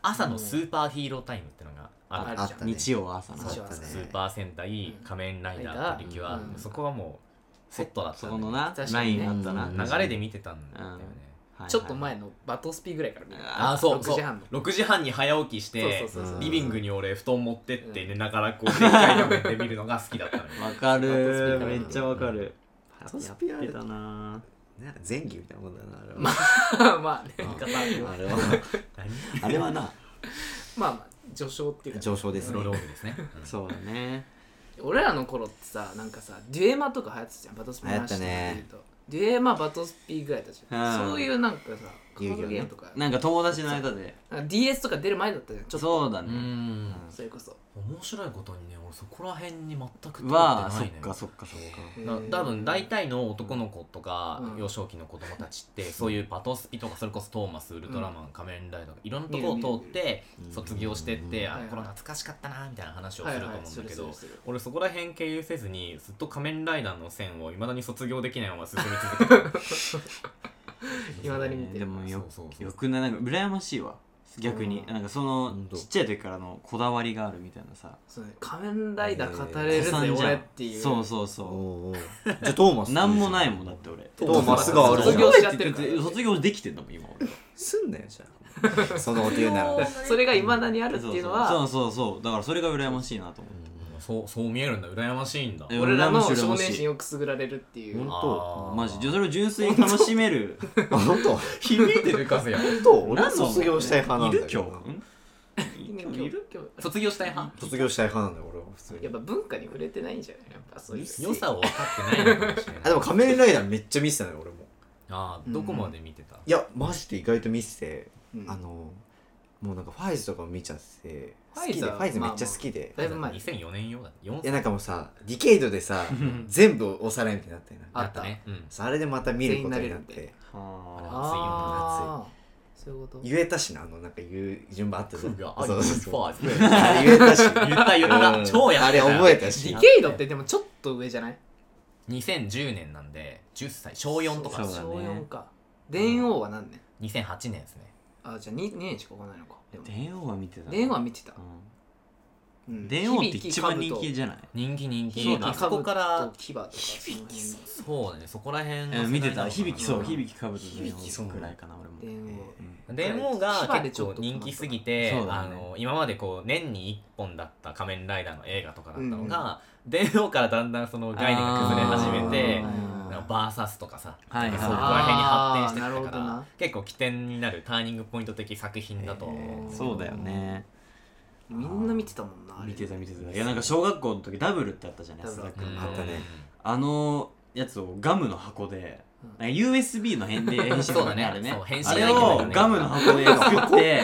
[SPEAKER 5] 朝のスーパーヒーロータイムってのがある
[SPEAKER 1] あ
[SPEAKER 2] あったね
[SPEAKER 3] 日曜は朝な
[SPEAKER 1] 日曜
[SPEAKER 2] あったね
[SPEAKER 5] スーパー戦隊、仮面ライダ
[SPEAKER 1] ライダー
[SPEAKER 5] ー、プリキュア、
[SPEAKER 1] うん
[SPEAKER 5] そこはもうセットだった
[SPEAKER 3] そ
[SPEAKER 5] ね、
[SPEAKER 3] このな、
[SPEAKER 1] 確か
[SPEAKER 3] ライ
[SPEAKER 1] にね
[SPEAKER 3] ンあったな、
[SPEAKER 2] うん
[SPEAKER 3] はい
[SPEAKER 5] 流れで見てたんだよね。
[SPEAKER 3] うんはい
[SPEAKER 1] ちょっと前のバトスピぐらいから見た
[SPEAKER 5] ああ、そう
[SPEAKER 1] 6
[SPEAKER 5] そう。
[SPEAKER 1] 時半の
[SPEAKER 5] 6時半に早起きして、
[SPEAKER 1] そうそうそうそう
[SPEAKER 5] リビングに俺、布団持ってって
[SPEAKER 1] うん
[SPEAKER 5] 寝ながら、こう、展開画面で見るのが好きだったの よ。
[SPEAKER 3] わかる
[SPEAKER 1] バトスピ
[SPEAKER 3] めっちゃわかる
[SPEAKER 2] バトスピ
[SPEAKER 3] やってたな
[SPEAKER 2] ね前戯みたいなもんだなあれ は、
[SPEAKER 1] まあね言い方あるよ
[SPEAKER 2] あれは
[SPEAKER 3] あれはな
[SPEAKER 1] まあまあ序章っていうか
[SPEAKER 2] 上昇ですね
[SPEAKER 5] ロローグですね。うん
[SPEAKER 3] そうだね
[SPEAKER 1] 俺らの頃ってさなんかさデュエマとか流行ってたじゃんバトスピの話とかで言うとデュエマバトスピぐらいだじゃん
[SPEAKER 3] うん
[SPEAKER 1] そういうなんかさ
[SPEAKER 2] 遊戯王
[SPEAKER 1] ゲー
[SPEAKER 2] ね
[SPEAKER 1] ムとか
[SPEAKER 3] なんか友達の間で
[SPEAKER 1] なんか DS とか出る前だったじゃんちょっと
[SPEAKER 3] そうだ
[SPEAKER 5] う
[SPEAKER 3] ね
[SPEAKER 5] ん
[SPEAKER 1] それこそ
[SPEAKER 5] 面白いことにね俺そこら辺に全く通って
[SPEAKER 3] は
[SPEAKER 5] な
[SPEAKER 3] そ
[SPEAKER 5] い
[SPEAKER 3] っ
[SPEAKER 5] ね
[SPEAKER 3] かそっかそっか
[SPEAKER 5] な多分大体の男の子とか
[SPEAKER 1] うん
[SPEAKER 5] 幼少期の子供たちってそういうパトスピとかそれこそトーマスウルトラマン仮面ライダーとかいろんなとこを通って
[SPEAKER 3] うん
[SPEAKER 5] 卒業してってあ
[SPEAKER 1] はいはい
[SPEAKER 5] これ懐かしかったなみたいな話を
[SPEAKER 1] は
[SPEAKER 5] す
[SPEAKER 1] い
[SPEAKER 5] ると
[SPEAKER 1] はい
[SPEAKER 5] 思うん
[SPEAKER 1] す
[SPEAKER 5] だ
[SPEAKER 1] る
[SPEAKER 5] け
[SPEAKER 1] する
[SPEAKER 5] ど
[SPEAKER 1] する
[SPEAKER 5] 俺そこら辺経由せずにずっと仮面ライダーの線をいまだに卒業できないまま進み続 けて
[SPEAKER 1] いまだに見て
[SPEAKER 3] で
[SPEAKER 1] る
[SPEAKER 3] もよ
[SPEAKER 5] そうそうそう
[SPEAKER 3] よくないなんか羨ましいわ逆に
[SPEAKER 1] うん
[SPEAKER 3] なんかその
[SPEAKER 5] ほんと
[SPEAKER 3] ちっちゃい時からのこだわりがあるみたいなさ
[SPEAKER 1] そうね仮面ライダー語れる
[SPEAKER 3] 子
[SPEAKER 1] ぜ
[SPEAKER 3] さんじゃん
[SPEAKER 1] 俺っていう
[SPEAKER 3] そうそう
[SPEAKER 2] お
[SPEAKER 3] そ
[SPEAKER 2] おうおうじゃあトーマ
[SPEAKER 3] う
[SPEAKER 2] ス
[SPEAKER 3] なんもないもんだって俺
[SPEAKER 2] トーマスがあるじゃん
[SPEAKER 3] 卒業
[SPEAKER 1] 卒業しち
[SPEAKER 3] しち
[SPEAKER 1] ゃ
[SPEAKER 3] ゃ
[SPEAKER 1] っ
[SPEAKER 3] ってて
[SPEAKER 1] るから
[SPEAKER 3] る卒業できてんだもん今俺
[SPEAKER 2] すんなよじゃあそのお言うなら
[SPEAKER 1] それがいまだにあるっていうのは
[SPEAKER 3] そうそうそうそうだからそれが羨ましいなと思って
[SPEAKER 5] そうそう見えるんだ羨ましいんだ
[SPEAKER 3] え
[SPEAKER 1] 俺らの
[SPEAKER 3] 羨ましい
[SPEAKER 1] 少年心をくすぐられるっていう
[SPEAKER 2] 本
[SPEAKER 5] あー
[SPEAKER 3] マジでそれを純粋に楽しめ る
[SPEAKER 2] 当本当
[SPEAKER 5] 響いてる数や
[SPEAKER 2] 本当俺
[SPEAKER 3] 何の
[SPEAKER 2] 卒業したい派なんだ
[SPEAKER 3] いる
[SPEAKER 2] けど
[SPEAKER 3] 今
[SPEAKER 2] な
[SPEAKER 3] 日ん
[SPEAKER 1] 今日今日
[SPEAKER 5] 卒業したい派
[SPEAKER 2] 卒業したい派なんだよ俺は普通
[SPEAKER 1] やっ
[SPEAKER 2] に
[SPEAKER 1] ぱ文化に触れてないんじゃないやっぱそういう
[SPEAKER 5] 良さを分かってないのかもしれない
[SPEAKER 2] あでも仮面ライダーめっちゃ見せたのよ俺も
[SPEAKER 5] あ
[SPEAKER 1] うん
[SPEAKER 5] あどこまで見てた
[SPEAKER 2] いやマジで意外と見せて
[SPEAKER 1] うん
[SPEAKER 2] あのもうなんかファイズとかも見ちゃって
[SPEAKER 1] フ
[SPEAKER 2] 好
[SPEAKER 1] ァイ
[SPEAKER 2] き
[SPEAKER 1] ズ
[SPEAKER 2] で
[SPEAKER 1] は
[SPEAKER 2] ファイズめっちゃ好きで、
[SPEAKER 1] だいぶ前
[SPEAKER 5] 2004年よだ4
[SPEAKER 2] いやなんかもうさディケイドでさ全部おさらいみたいになったよな
[SPEAKER 1] あ
[SPEAKER 5] あ
[SPEAKER 1] っ
[SPEAKER 5] ったた
[SPEAKER 1] ね
[SPEAKER 5] ねうん
[SPEAKER 2] さあれでまた見ることになっ
[SPEAKER 1] 全員なれる
[SPEAKER 2] て
[SPEAKER 3] あ
[SPEAKER 1] あーそういうこと
[SPEAKER 2] 言えたしなあのなんか言う順番あったじゃん
[SPEAKER 5] あ
[SPEAKER 2] そうそうそう
[SPEAKER 5] そう言
[SPEAKER 2] あれ言えたし
[SPEAKER 5] った言っ
[SPEAKER 2] う
[SPEAKER 5] た
[SPEAKER 2] ん
[SPEAKER 5] 超やった
[SPEAKER 2] あれ覚えた
[SPEAKER 1] デ
[SPEAKER 2] し
[SPEAKER 1] ィケイドってでもちょっと上じゃない
[SPEAKER 5] 2010年なんで10歳小4とか
[SPEAKER 3] そうだね
[SPEAKER 1] 小4か電王は何年
[SPEAKER 5] 2008年ですね
[SPEAKER 1] あじゃあ 2, 2年しか来ないのかでも
[SPEAKER 3] 電王は見てたな
[SPEAKER 1] 電王は見てた
[SPEAKER 3] うん電王って一番人気
[SPEAKER 1] じ
[SPEAKER 3] じゃない
[SPEAKER 5] 人気人
[SPEAKER 1] 響
[SPEAKER 5] 気
[SPEAKER 1] き
[SPEAKER 5] あそ
[SPEAKER 1] か
[SPEAKER 5] こ
[SPEAKER 1] ぶ
[SPEAKER 5] から
[SPEAKER 1] と牙とかその辺の
[SPEAKER 5] そうだねそこら辺
[SPEAKER 3] えー見てた響きそう
[SPEAKER 1] うん
[SPEAKER 3] 響きかぶと電
[SPEAKER 2] 響きそう
[SPEAKER 3] 王くらいかな俺も
[SPEAKER 1] 電王
[SPEAKER 3] うん
[SPEAKER 5] 電王が
[SPEAKER 1] 牙でち
[SPEAKER 5] 結
[SPEAKER 1] ょっ
[SPEAKER 5] 構
[SPEAKER 1] と
[SPEAKER 5] 人気すぎて、
[SPEAKER 3] そうだ
[SPEAKER 5] あ
[SPEAKER 3] ね
[SPEAKER 5] の今までこう年に1本だった「仮面ライダー」の映画とかだったのが、電王からだんだんその概念が崩れ始めて
[SPEAKER 1] あー
[SPEAKER 5] なんかバーサスとかさ、
[SPEAKER 3] はいはい
[SPEAKER 5] そこら辺に発
[SPEAKER 1] あー
[SPEAKER 5] 展して
[SPEAKER 1] なる
[SPEAKER 5] っ
[SPEAKER 1] ほ
[SPEAKER 5] たか
[SPEAKER 1] どな
[SPEAKER 5] ら結構起点になるターニングポイント的作品だと思う、
[SPEAKER 1] えー
[SPEAKER 3] そうだよね
[SPEAKER 1] みんな見てたもんなあれ
[SPEAKER 3] 見てた見てたいやなんか小学校の時ダブルってあったじゃない
[SPEAKER 1] ダブ
[SPEAKER 3] 須
[SPEAKER 1] ル
[SPEAKER 3] 田
[SPEAKER 5] う
[SPEAKER 3] 君
[SPEAKER 5] ん
[SPEAKER 2] あったね
[SPEAKER 3] あのやつをガムの箱で
[SPEAKER 1] うん
[SPEAKER 3] なんか USB の変で 編集
[SPEAKER 5] そうだね
[SPEAKER 3] あれね
[SPEAKER 5] そう編集
[SPEAKER 3] あれ
[SPEAKER 5] できないんだ
[SPEAKER 3] を
[SPEAKER 5] よね
[SPEAKER 3] ガムの箱で 作って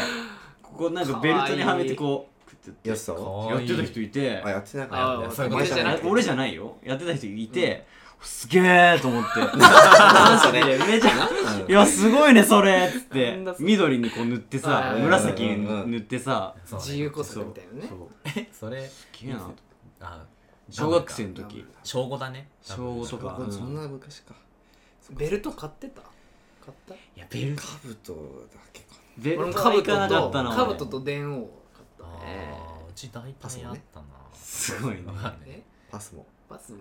[SPEAKER 3] ここなんかベルトにはめてこうくって
[SPEAKER 2] やつさ
[SPEAKER 5] か
[SPEAKER 2] あ
[SPEAKER 5] わ
[SPEAKER 3] やってた人いて
[SPEAKER 2] やってな
[SPEAKER 5] あ
[SPEAKER 2] かっ
[SPEAKER 5] ー
[SPEAKER 2] た
[SPEAKER 5] そういうこと
[SPEAKER 2] 前
[SPEAKER 5] じ
[SPEAKER 2] じゃなくて
[SPEAKER 3] 俺じゃないよやってた人いてすげえと思ってマジでめちゃ
[SPEAKER 2] うん
[SPEAKER 3] いやすごいねそれっつっ
[SPEAKER 1] な
[SPEAKER 3] て
[SPEAKER 1] んだそれ
[SPEAKER 3] 緑にこう塗ってさ
[SPEAKER 1] はい
[SPEAKER 3] 紫に
[SPEAKER 2] うんうんうん
[SPEAKER 3] 塗ってさ
[SPEAKER 5] そうね
[SPEAKER 1] 自由こ
[SPEAKER 3] そ
[SPEAKER 1] そみ
[SPEAKER 3] う
[SPEAKER 1] たいなね
[SPEAKER 3] そう
[SPEAKER 5] それ
[SPEAKER 3] すげえなと
[SPEAKER 5] あ
[SPEAKER 3] 小学生の時
[SPEAKER 5] 小5だね多分
[SPEAKER 3] 小五とか
[SPEAKER 2] うんそんな昔か
[SPEAKER 1] ベルト買ってた買った
[SPEAKER 5] いやベルト
[SPEAKER 2] カブトだけか
[SPEAKER 3] ベ
[SPEAKER 1] 俺
[SPEAKER 3] ル
[SPEAKER 1] も
[SPEAKER 3] ト
[SPEAKER 1] カ
[SPEAKER 3] は
[SPEAKER 1] ブ
[SPEAKER 3] い
[SPEAKER 1] ト
[SPEAKER 3] かなかった
[SPEAKER 1] と
[SPEAKER 3] な
[SPEAKER 1] カブトと電王買ったね
[SPEAKER 5] あーうち大体あったな
[SPEAKER 3] すごいね
[SPEAKER 5] わかんない
[SPEAKER 1] え
[SPEAKER 2] パスも
[SPEAKER 1] パスモ
[SPEAKER 2] う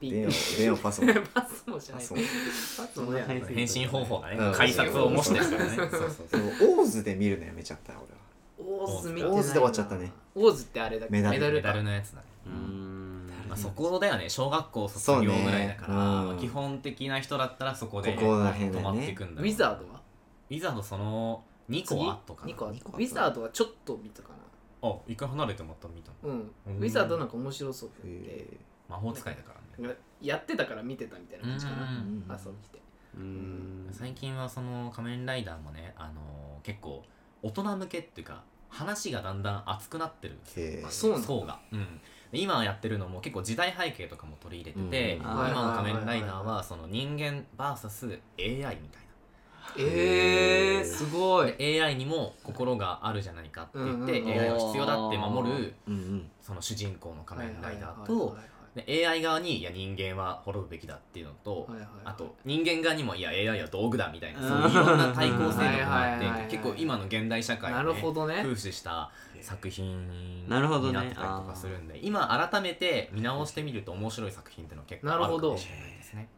[SPEAKER 1] ピ
[SPEAKER 2] 電
[SPEAKER 1] ン
[SPEAKER 2] 話電話パスも
[SPEAKER 1] パスモじゃ
[SPEAKER 2] パ
[SPEAKER 1] ない
[SPEAKER 2] ス
[SPEAKER 1] パ
[SPEAKER 2] も
[SPEAKER 1] スモやん
[SPEAKER 3] そんな
[SPEAKER 5] 返信方法がね
[SPEAKER 2] うん
[SPEAKER 5] 改札を模してるからね
[SPEAKER 2] そうそうそうオーズで見るのやめちゃった俺は
[SPEAKER 1] オーズ見てない
[SPEAKER 2] オーズで終わっちゃったね
[SPEAKER 1] オーズってあれだっけ
[SPEAKER 2] メダル
[SPEAKER 5] メ
[SPEAKER 1] か
[SPEAKER 5] ダルのやつだね
[SPEAKER 3] うーん
[SPEAKER 5] まあ、そこだよね小学校卒業ぐらいだから、
[SPEAKER 2] そうねうん
[SPEAKER 5] まあ基本的な人だったらそこで
[SPEAKER 2] ここら辺でね
[SPEAKER 5] 止まっていくんだ
[SPEAKER 1] ウ
[SPEAKER 5] ろう
[SPEAKER 1] ィザードは
[SPEAKER 5] ウィザードその2個あとかな
[SPEAKER 1] 2個あ
[SPEAKER 2] 二個後
[SPEAKER 1] ウィザードはちょっと見たか
[SPEAKER 5] あ一回離れてまた見た
[SPEAKER 1] な
[SPEAKER 5] の
[SPEAKER 1] うん
[SPEAKER 5] うん
[SPEAKER 1] ウィザードなんか面白そうって言
[SPEAKER 2] へ
[SPEAKER 5] 魔法使いだからね
[SPEAKER 1] ってやってたから見てたみたいな感じか
[SPEAKER 5] う
[SPEAKER 1] なん
[SPEAKER 2] ー
[SPEAKER 1] 朝起きて
[SPEAKER 3] うーん
[SPEAKER 5] 最近はその仮面ライダーもね、あのー結構大人向けっていうか話がだんだん熱くなってるんですよ
[SPEAKER 2] へー
[SPEAKER 1] あそうなんだ
[SPEAKER 5] 層が、うん、で今やってるのも結構時代背景とかも取り入れてて、
[SPEAKER 2] うん
[SPEAKER 5] 今の仮面ライ
[SPEAKER 1] はいはいは
[SPEAKER 5] ダー
[SPEAKER 1] いは
[SPEAKER 5] はその人間 VSAI みたいな
[SPEAKER 1] えーすごい
[SPEAKER 5] で AI にも心があるじゃないかって言って、
[SPEAKER 1] うんうん
[SPEAKER 5] AI は必要だって守る
[SPEAKER 2] うんうん
[SPEAKER 5] その主人公の仮面ライダー
[SPEAKER 1] はいはい
[SPEAKER 5] と
[SPEAKER 1] はい
[SPEAKER 5] で AI 側にいや人間は滅ぶべきだっていうのと、
[SPEAKER 1] はいはいはい
[SPEAKER 5] あと人間側にもいや AI は道具だみたいな
[SPEAKER 3] うん
[SPEAKER 5] そういういろんな対抗性とかあ
[SPEAKER 1] はいはいはいは
[SPEAKER 5] っ
[SPEAKER 1] い
[SPEAKER 5] て結構今の現代社会
[SPEAKER 1] な
[SPEAKER 5] を
[SPEAKER 1] る
[SPEAKER 5] ね
[SPEAKER 1] ほどね
[SPEAKER 5] 風刺した作品に
[SPEAKER 3] なるほどね
[SPEAKER 5] なってたりとかするんで今改めて見直してみると面白い作品っていうのは結構あるかもしれないですね。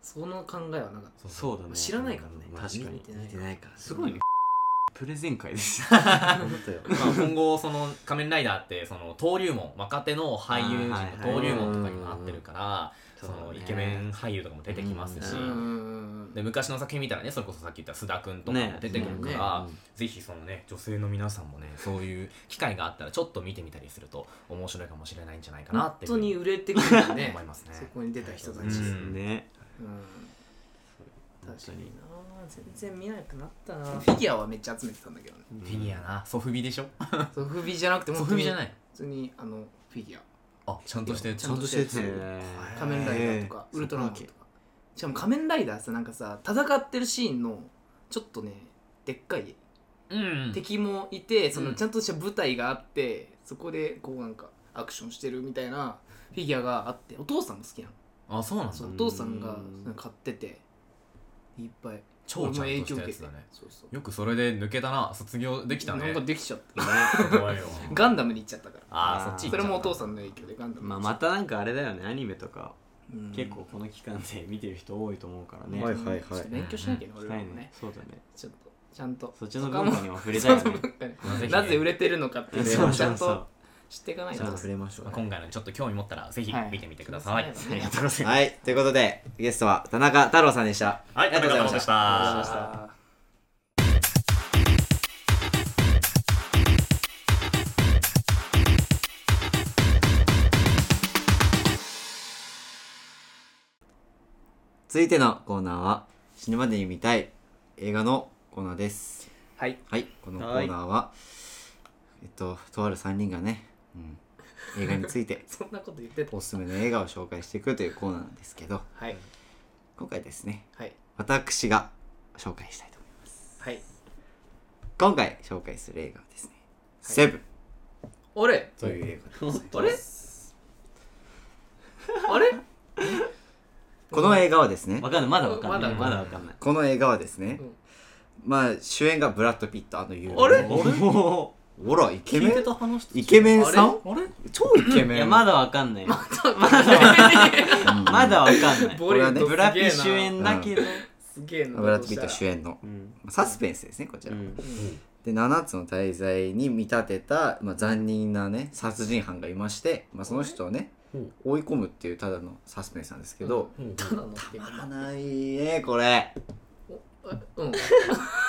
[SPEAKER 1] その考えはなかっ
[SPEAKER 3] そうだ
[SPEAKER 1] た
[SPEAKER 3] ね
[SPEAKER 1] 知らないからね
[SPEAKER 3] うん確かに
[SPEAKER 2] 見てないから
[SPEAKER 3] すごいねプレゼン会です
[SPEAKER 2] 本当 よ
[SPEAKER 5] まあ、今後その仮面ライダーってその登竜門若手の俳優陣の登竜門とかにもなってるからそのイケメン俳優とかも出てきます
[SPEAKER 1] う
[SPEAKER 5] し、
[SPEAKER 1] んうんうん
[SPEAKER 5] で昔の作品見たらねそれこそさっき言った須田君とかも出てくるから、ぜひそのね女性の皆さんもねそういう機会があったらちょっと見てみたりすると面白いかもしれないんじゃないかな
[SPEAKER 1] 本
[SPEAKER 5] っていうふ
[SPEAKER 1] 当
[SPEAKER 5] う
[SPEAKER 1] に
[SPEAKER 5] に
[SPEAKER 1] 売れてくるよね
[SPEAKER 5] 思いますね。
[SPEAKER 1] そこに出た人たち
[SPEAKER 5] うん
[SPEAKER 3] ね
[SPEAKER 1] うん
[SPEAKER 3] 本当に
[SPEAKER 1] 全然見なくなったなフィギュアはめっちゃ集めてたんだけどね
[SPEAKER 5] フィギュアなソフビでしょ
[SPEAKER 1] ソフビじゃなくて
[SPEAKER 5] ソ
[SPEAKER 1] 本
[SPEAKER 5] フ
[SPEAKER 1] 当
[SPEAKER 5] ビ
[SPEAKER 1] に
[SPEAKER 5] じゃない
[SPEAKER 1] 普通にあのフィギュア
[SPEAKER 5] あちゃんとして
[SPEAKER 1] ちゃんとしたやつ
[SPEAKER 3] へ
[SPEAKER 1] 仮面ライダーとかウルトラマンとかしかも仮面ライダーさなんかさ戦ってるシーンのちょっとねでっかい
[SPEAKER 5] うん
[SPEAKER 1] 敵もいてその
[SPEAKER 5] うん
[SPEAKER 1] ちゃんとした舞台があってそこでこうなんかアクションしてるみたいなフィギュアがあってお父さんも好きなの
[SPEAKER 5] あそうなんだ
[SPEAKER 1] そうお父さんが
[SPEAKER 3] うん
[SPEAKER 1] 買ってていっぱい
[SPEAKER 5] 超ちゃ
[SPEAKER 1] 俺
[SPEAKER 5] ん
[SPEAKER 1] も
[SPEAKER 5] としたやつだね
[SPEAKER 1] そうそう
[SPEAKER 5] よくそれで抜けたな卒業できた
[SPEAKER 1] な
[SPEAKER 5] ね
[SPEAKER 1] んかできちゃった
[SPEAKER 5] 怖いよ
[SPEAKER 1] ガンダムに行っちゃったから
[SPEAKER 5] あーそっち行
[SPEAKER 1] そ
[SPEAKER 5] っちゃ
[SPEAKER 1] れ
[SPEAKER 5] った
[SPEAKER 1] もお父さんの影響でガンダム
[SPEAKER 3] まあ、
[SPEAKER 1] に
[SPEAKER 3] またなんかあれだよねアニメとか
[SPEAKER 1] うん
[SPEAKER 3] 結構この期間で見てる人多いと思うからね、
[SPEAKER 2] はいはいはい
[SPEAKER 1] ちょっと勉強しなきゃね俺
[SPEAKER 3] した
[SPEAKER 1] ら
[SPEAKER 3] い
[SPEAKER 1] も
[SPEAKER 3] ね
[SPEAKER 1] ね
[SPEAKER 3] そうだね
[SPEAKER 1] ちょっとちゃんと
[SPEAKER 3] そっちの
[SPEAKER 1] 他
[SPEAKER 3] 文
[SPEAKER 1] も
[SPEAKER 3] 化にも触れたいよね
[SPEAKER 5] ぜひ
[SPEAKER 1] なぜ売れてるのかっていう
[SPEAKER 3] そ
[SPEAKER 1] の
[SPEAKER 3] う
[SPEAKER 1] をちゃ
[SPEAKER 3] そうんそ
[SPEAKER 1] と
[SPEAKER 3] う
[SPEAKER 1] 知っていかない
[SPEAKER 3] ち
[SPEAKER 1] と
[SPEAKER 3] ゃんと触れましょう
[SPEAKER 5] まあ今回のちょっと興味持ったらぜひ
[SPEAKER 1] はい
[SPEAKER 5] 見てみてください、
[SPEAKER 1] そうです
[SPEAKER 5] あ
[SPEAKER 1] ね
[SPEAKER 5] りがとうございます、
[SPEAKER 2] はい、ということで、ゲストは田中太郎さんでした。
[SPEAKER 4] はい、田中太郎でし
[SPEAKER 1] ありがとうござい
[SPEAKER 4] た
[SPEAKER 1] まし。た
[SPEAKER 2] 続いてのコーナーは、死ぬまでに見たい映画のコーナーです。
[SPEAKER 1] はい
[SPEAKER 2] はい、このコーナーは、えっと、とある3人がね、うん、映画について
[SPEAKER 1] そんなこと言ってた
[SPEAKER 2] おすすめの映画を紹介していくというコーナーなんですけど、
[SPEAKER 1] はい
[SPEAKER 2] 今回ですね、
[SPEAKER 1] はい
[SPEAKER 2] 私が紹介したいと思いま
[SPEAKER 1] はい
[SPEAKER 2] す。今回紹介する映画はですね、セブン
[SPEAKER 1] 俺
[SPEAKER 2] という映画です。
[SPEAKER 1] あれ あ れ
[SPEAKER 2] この映画はですね、
[SPEAKER 3] わかんないまだわかんない
[SPEAKER 1] ま
[SPEAKER 3] ま
[SPEAKER 1] だ
[SPEAKER 3] だわかんない
[SPEAKER 2] この映画はですね、
[SPEAKER 1] うん
[SPEAKER 2] まあ主演がブラッド・ピットあの有名な
[SPEAKER 1] あれ
[SPEAKER 3] お
[SPEAKER 2] ほらイケメン
[SPEAKER 5] た話と
[SPEAKER 2] イケメンさん
[SPEAKER 5] あれ
[SPEAKER 2] 超イケ
[SPEAKER 3] ー
[SPEAKER 2] メン
[SPEAKER 3] いやまだわかんないま
[SPEAKER 1] ちょっと待って
[SPEAKER 3] だわかんない
[SPEAKER 1] ボリュームと
[SPEAKER 3] ブラピ
[SPEAKER 1] すげえな
[SPEAKER 3] 主演だけど
[SPEAKER 1] すげえな
[SPEAKER 2] ブラッド・ピット主
[SPEAKER 1] 演
[SPEAKER 2] 演の
[SPEAKER 3] うん
[SPEAKER 2] サスペンスですねこちら、
[SPEAKER 3] うん
[SPEAKER 2] で7つの大罪に見立てた、まあ、残忍なね殺人犯がいまして、まあ、その人をね
[SPEAKER 5] うん
[SPEAKER 2] 追い込むっていうただのサスペンスなんですけど、
[SPEAKER 1] ただのって
[SPEAKER 2] たまらないねこれ
[SPEAKER 1] うん
[SPEAKER 2] う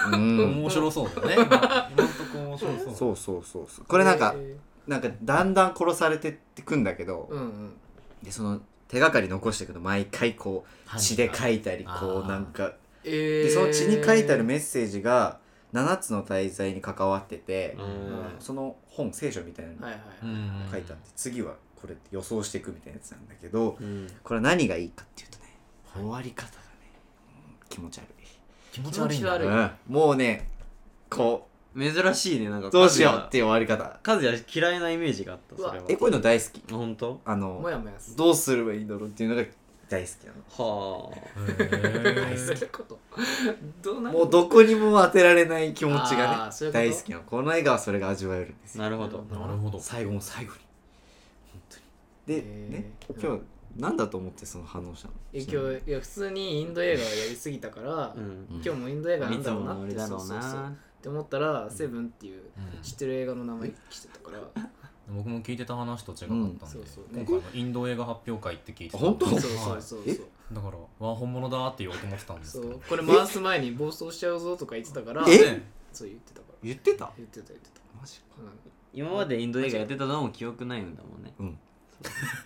[SPEAKER 5] うん
[SPEAKER 2] ん
[SPEAKER 5] 面白そうだね今 んとこ面白そう
[SPEAKER 2] そうそうそうそう これなんか
[SPEAKER 1] えー
[SPEAKER 2] なんかだんだん殺されてってくんだけど、
[SPEAKER 1] うんうん
[SPEAKER 2] でその手がかり残していくと毎回こう
[SPEAKER 5] は い
[SPEAKER 2] 血で書いたりこ
[SPEAKER 5] あ
[SPEAKER 2] う
[SPEAKER 5] ー
[SPEAKER 2] なんか
[SPEAKER 1] え
[SPEAKER 2] で
[SPEAKER 1] ー
[SPEAKER 2] その血に書いてあるメッセージが7つの大罪に関わってて、
[SPEAKER 1] ん
[SPEAKER 2] その本聖書みたいなの
[SPEAKER 1] はいは
[SPEAKER 5] う
[SPEAKER 1] い
[SPEAKER 5] ん
[SPEAKER 2] 書いてあって次はこれ予想していくみたいなやつなんだけど
[SPEAKER 3] うん
[SPEAKER 2] これは何がいいかっていうとね終わり方がねうん気持ち悪
[SPEAKER 5] 気持ち悪いんだ
[SPEAKER 1] 気持ち悪い
[SPEAKER 2] い、うんもうねこ
[SPEAKER 3] 珍しいねなんか
[SPEAKER 2] うどうしようっていう終わり方
[SPEAKER 3] 和也嫌いなイメージがあったそれは
[SPEAKER 2] えこういうの大好き
[SPEAKER 3] 本当
[SPEAKER 2] あ
[SPEAKER 1] も
[SPEAKER 2] の
[SPEAKER 1] やもやする
[SPEAKER 2] どうすればいいんだろうっていうのが大好きなの
[SPEAKER 3] はあ
[SPEAKER 5] へー
[SPEAKER 1] どういうことどうなる
[SPEAKER 2] もうどこにも当てられない気持ちが
[SPEAKER 1] あーそういう
[SPEAKER 2] ね
[SPEAKER 1] こと
[SPEAKER 2] 大好きなのこの映画はそれが味わえるんですよ
[SPEAKER 3] なるほど
[SPEAKER 5] なるほど
[SPEAKER 2] 最後の最後に本当にで
[SPEAKER 1] へー
[SPEAKER 2] ね
[SPEAKER 1] うん
[SPEAKER 2] 今日何だと思ってその反応したの
[SPEAKER 1] え今日いや普通にインド映画をやりすぎたから、
[SPEAKER 3] うん
[SPEAKER 1] 今日もインド映画ないん
[SPEAKER 3] つ
[SPEAKER 1] だろ
[SPEAKER 3] も
[SPEAKER 1] うな
[SPEAKER 3] の
[SPEAKER 1] っ
[SPEAKER 3] 俺
[SPEAKER 1] て
[SPEAKER 3] だろ
[SPEAKER 1] そう
[SPEAKER 3] う
[SPEAKER 1] そうそうっ
[SPEAKER 3] な
[SPEAKER 1] て思ったら「セブンっていう
[SPEAKER 5] うん
[SPEAKER 1] 知ってる映画の名前来てたから、
[SPEAKER 5] 僕も聞いてた話と違かったんで
[SPEAKER 1] そうそう
[SPEAKER 5] 今回のインド映画発表会って聞いてた
[SPEAKER 2] あ本当
[SPEAKER 5] はい
[SPEAKER 1] そうそうそうそう
[SPEAKER 5] だからわ本物だって言おうと思ってたんです
[SPEAKER 1] そ
[SPEAKER 5] けど
[SPEAKER 1] うこれ回す前に暴走しちゃうぞとか言ってたから
[SPEAKER 2] え
[SPEAKER 5] ね
[SPEAKER 1] そう言ってたから
[SPEAKER 2] 言ってた
[SPEAKER 1] 言ってた言ってた、
[SPEAKER 2] マジか
[SPEAKER 1] う
[SPEAKER 3] 今までインド映画やってたのも記憶ないんだもんね
[SPEAKER 2] うん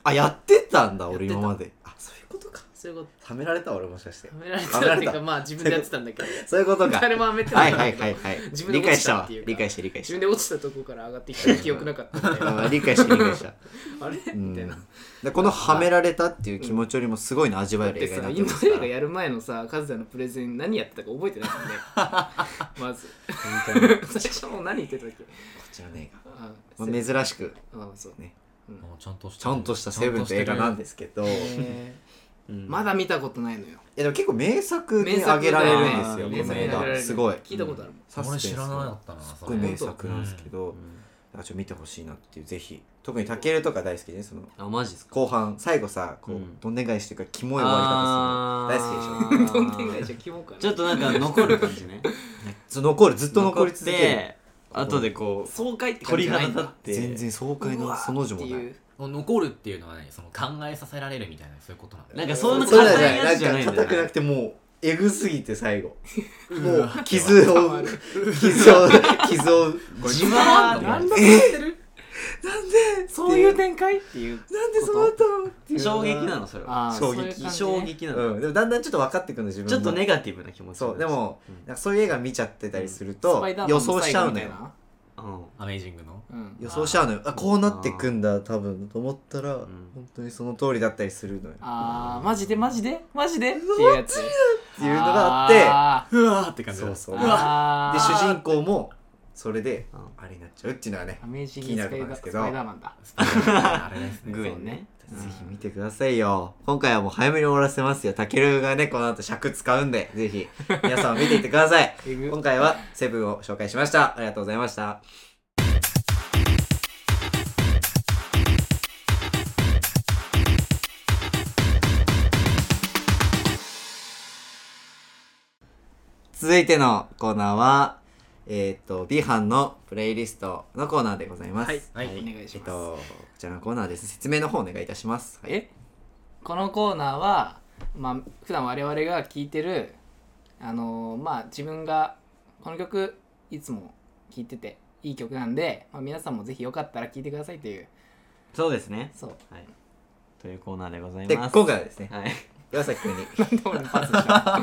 [SPEAKER 2] あやってたんだ俺
[SPEAKER 1] やってた
[SPEAKER 2] 今まであそういうことか
[SPEAKER 1] んそういうこ
[SPEAKER 2] はめられた俺もしかして
[SPEAKER 1] とはめられ
[SPEAKER 2] はめ
[SPEAKER 1] た
[SPEAKER 2] ら
[SPEAKER 1] ってい
[SPEAKER 2] れた
[SPEAKER 1] うかまあ自分でやってたんだけど
[SPEAKER 2] そういうことか
[SPEAKER 1] 誰もはめてな
[SPEAKER 2] はいいはいはいはい
[SPEAKER 1] 自分で
[SPEAKER 2] 理
[SPEAKER 1] 落
[SPEAKER 2] 解
[SPEAKER 1] ち
[SPEAKER 2] した
[SPEAKER 1] っ
[SPEAKER 2] わ
[SPEAKER 1] ていうか
[SPEAKER 2] 理解した理解
[SPEAKER 1] 自
[SPEAKER 2] し
[SPEAKER 1] 分で落ちたとこから上がってきた記憶なかったんだ
[SPEAKER 2] た
[SPEAKER 1] よ
[SPEAKER 2] あー理解した理 解した
[SPEAKER 1] あれ
[SPEAKER 2] うん
[SPEAKER 1] みたいな
[SPEAKER 2] でこのはめられたっていう気持ちよりもすごいの味わ
[SPEAKER 1] だ
[SPEAKER 2] え
[SPEAKER 1] っ
[SPEAKER 2] る
[SPEAKER 1] て
[SPEAKER 2] 映画に
[SPEAKER 1] さ
[SPEAKER 2] なっ
[SPEAKER 1] イ
[SPEAKER 2] て
[SPEAKER 1] ン
[SPEAKER 2] ま
[SPEAKER 1] ド
[SPEAKER 2] すか
[SPEAKER 1] 映
[SPEAKER 2] ら
[SPEAKER 1] 画やる前のさカズヤのプレゼン何やってたか覚えてない もんねまず
[SPEAKER 3] 本当に
[SPEAKER 1] 最初の何言ってたっけ
[SPEAKER 2] こちらの映
[SPEAKER 1] あ
[SPEAKER 2] 画まあ珍しく
[SPEAKER 1] あそうね、うん
[SPEAKER 5] あちゃんとし
[SPEAKER 2] ちゃんとしたセブンって映画なんですけ どい
[SPEAKER 1] え
[SPEAKER 3] うん
[SPEAKER 1] ーまだ見たことないのよ
[SPEAKER 2] やでも結構名作
[SPEAKER 1] 名
[SPEAKER 2] に
[SPEAKER 1] 作
[SPEAKER 2] 挙げられるんですよ
[SPEAKER 1] 名
[SPEAKER 2] こ
[SPEAKER 1] 作
[SPEAKER 2] の
[SPEAKER 1] に挙げ
[SPEAKER 2] 映
[SPEAKER 1] られ
[SPEAKER 2] 画
[SPEAKER 1] る
[SPEAKER 2] すごい
[SPEAKER 1] 聞いたことあるもん、
[SPEAKER 2] サスペン
[SPEAKER 5] 俺
[SPEAKER 2] ス
[SPEAKER 5] 知らなかったな
[SPEAKER 2] す
[SPEAKER 5] そ
[SPEAKER 2] ご
[SPEAKER 5] れ
[SPEAKER 2] い名作なんですけど、だからちょっと見てほしいなっていうぜひ特にタケルとか大好きでねその
[SPEAKER 3] あマジですか
[SPEAKER 2] 後半最後さこう、
[SPEAKER 3] うん
[SPEAKER 2] どんでん返しというかキモい終わり方するの大好きでしょ
[SPEAKER 3] きで
[SPEAKER 1] どんでん返しはキモかな
[SPEAKER 3] ちょっとなんか残る感じね
[SPEAKER 2] ず残るずっと残り続け
[SPEAKER 3] 残っ
[SPEAKER 2] る
[SPEAKER 3] て後でこう
[SPEAKER 1] 爽快って感じ
[SPEAKER 3] 鳥
[SPEAKER 1] じゃな
[SPEAKER 3] 肌
[SPEAKER 1] いん
[SPEAKER 3] 立っ
[SPEAKER 1] だ
[SPEAKER 3] て
[SPEAKER 2] 全然爽快なその字も
[SPEAKER 1] うわ
[SPEAKER 2] な
[SPEAKER 1] ーっ
[SPEAKER 2] い
[SPEAKER 1] ていう
[SPEAKER 5] 残るっていうのはねその考えさせられるみたいなそういうことなんだよ
[SPEAKER 3] なん
[SPEAKER 5] ね
[SPEAKER 3] かそういうの
[SPEAKER 2] そうだ
[SPEAKER 3] 硬
[SPEAKER 2] じゃ
[SPEAKER 3] い
[SPEAKER 2] な
[SPEAKER 3] や
[SPEAKER 2] い
[SPEAKER 3] つじゃ
[SPEAKER 2] な
[SPEAKER 3] ない
[SPEAKER 2] ん
[SPEAKER 3] ん
[SPEAKER 2] か
[SPEAKER 3] だ
[SPEAKER 2] 硬く
[SPEAKER 3] よ
[SPEAKER 2] な
[SPEAKER 3] ね
[SPEAKER 2] くてもうえぐすぎて最 後もう 傷を傷を傷を
[SPEAKER 3] 自分は
[SPEAKER 1] 何度もやってるそういう展開っていう
[SPEAKER 2] なんでそうなったのっていう
[SPEAKER 3] 衝撃なのそれは
[SPEAKER 1] あー
[SPEAKER 2] 衝撃
[SPEAKER 1] そういう感じね
[SPEAKER 3] 衝撃なの、
[SPEAKER 2] うん、でもだんだんちょっと分かってくるの自分も
[SPEAKER 3] ちょっとネガティブな気持ち
[SPEAKER 2] そうでも、
[SPEAKER 3] うん
[SPEAKER 2] なんかそういう映画見ちゃってたりする
[SPEAKER 1] ス
[SPEAKER 2] と
[SPEAKER 1] パイダーマン
[SPEAKER 2] 予
[SPEAKER 1] の
[SPEAKER 2] 想しちゃうの
[SPEAKER 1] 最
[SPEAKER 2] よ
[SPEAKER 1] 後みたいな
[SPEAKER 3] うん
[SPEAKER 5] アメージングの
[SPEAKER 1] うん
[SPEAKER 2] 予想しちゃうのよあこうなってくんだ多分と思ったら、本当にその通りだったりするのよっ
[SPEAKER 1] あーマジでマジでマジでっていうやつって
[SPEAKER 2] いうのがあって
[SPEAKER 5] うわーって感じ
[SPEAKER 2] そ
[SPEAKER 5] だ
[SPEAKER 2] うそうで
[SPEAKER 1] わ
[SPEAKER 2] 主人公もそれで
[SPEAKER 3] うん
[SPEAKER 2] あれになっちゃうっていうのはね
[SPEAKER 1] アメージン
[SPEAKER 2] 気に
[SPEAKER 1] グ
[SPEAKER 2] な
[SPEAKER 1] ス
[SPEAKER 2] る
[SPEAKER 1] パ
[SPEAKER 2] と
[SPEAKER 1] イ
[SPEAKER 2] こ
[SPEAKER 1] ダ
[SPEAKER 2] なんです
[SPEAKER 1] ー
[SPEAKER 2] け
[SPEAKER 1] ス
[SPEAKER 2] ど
[SPEAKER 1] パイダーマンだ
[SPEAKER 5] あれですね
[SPEAKER 3] グエン
[SPEAKER 1] ね
[SPEAKER 3] ね
[SPEAKER 2] ぜひ見てくださいよ今回はもう早めに終わらせますよたけるがねこの後尺使うんでぜひ皆さん見ていってください
[SPEAKER 1] えぐ
[SPEAKER 2] 今回はセブンを紹介しましたありがとうございました続いてのコーナーはえっ、と B 班のプレイリストのコーナーでございます、
[SPEAKER 5] はい
[SPEAKER 1] お願いし
[SPEAKER 2] えっ
[SPEAKER 1] ます、
[SPEAKER 2] と、こちらのコーナーです。説明の方お願いいたします。はい、
[SPEAKER 1] えこのコーナーはまあ普段我々が聴いてるあのーまあ自分がこの曲いつも聴いてていい曲なんで、まあ、皆さんもぜひよかったら聴いてくださいという
[SPEAKER 3] そうですね
[SPEAKER 1] そう
[SPEAKER 3] はいというコーナーでござい
[SPEAKER 2] で、今
[SPEAKER 3] ます
[SPEAKER 2] 回はですね、
[SPEAKER 3] はい
[SPEAKER 2] 岩崎 くんに。
[SPEAKER 1] なんで俺にパスした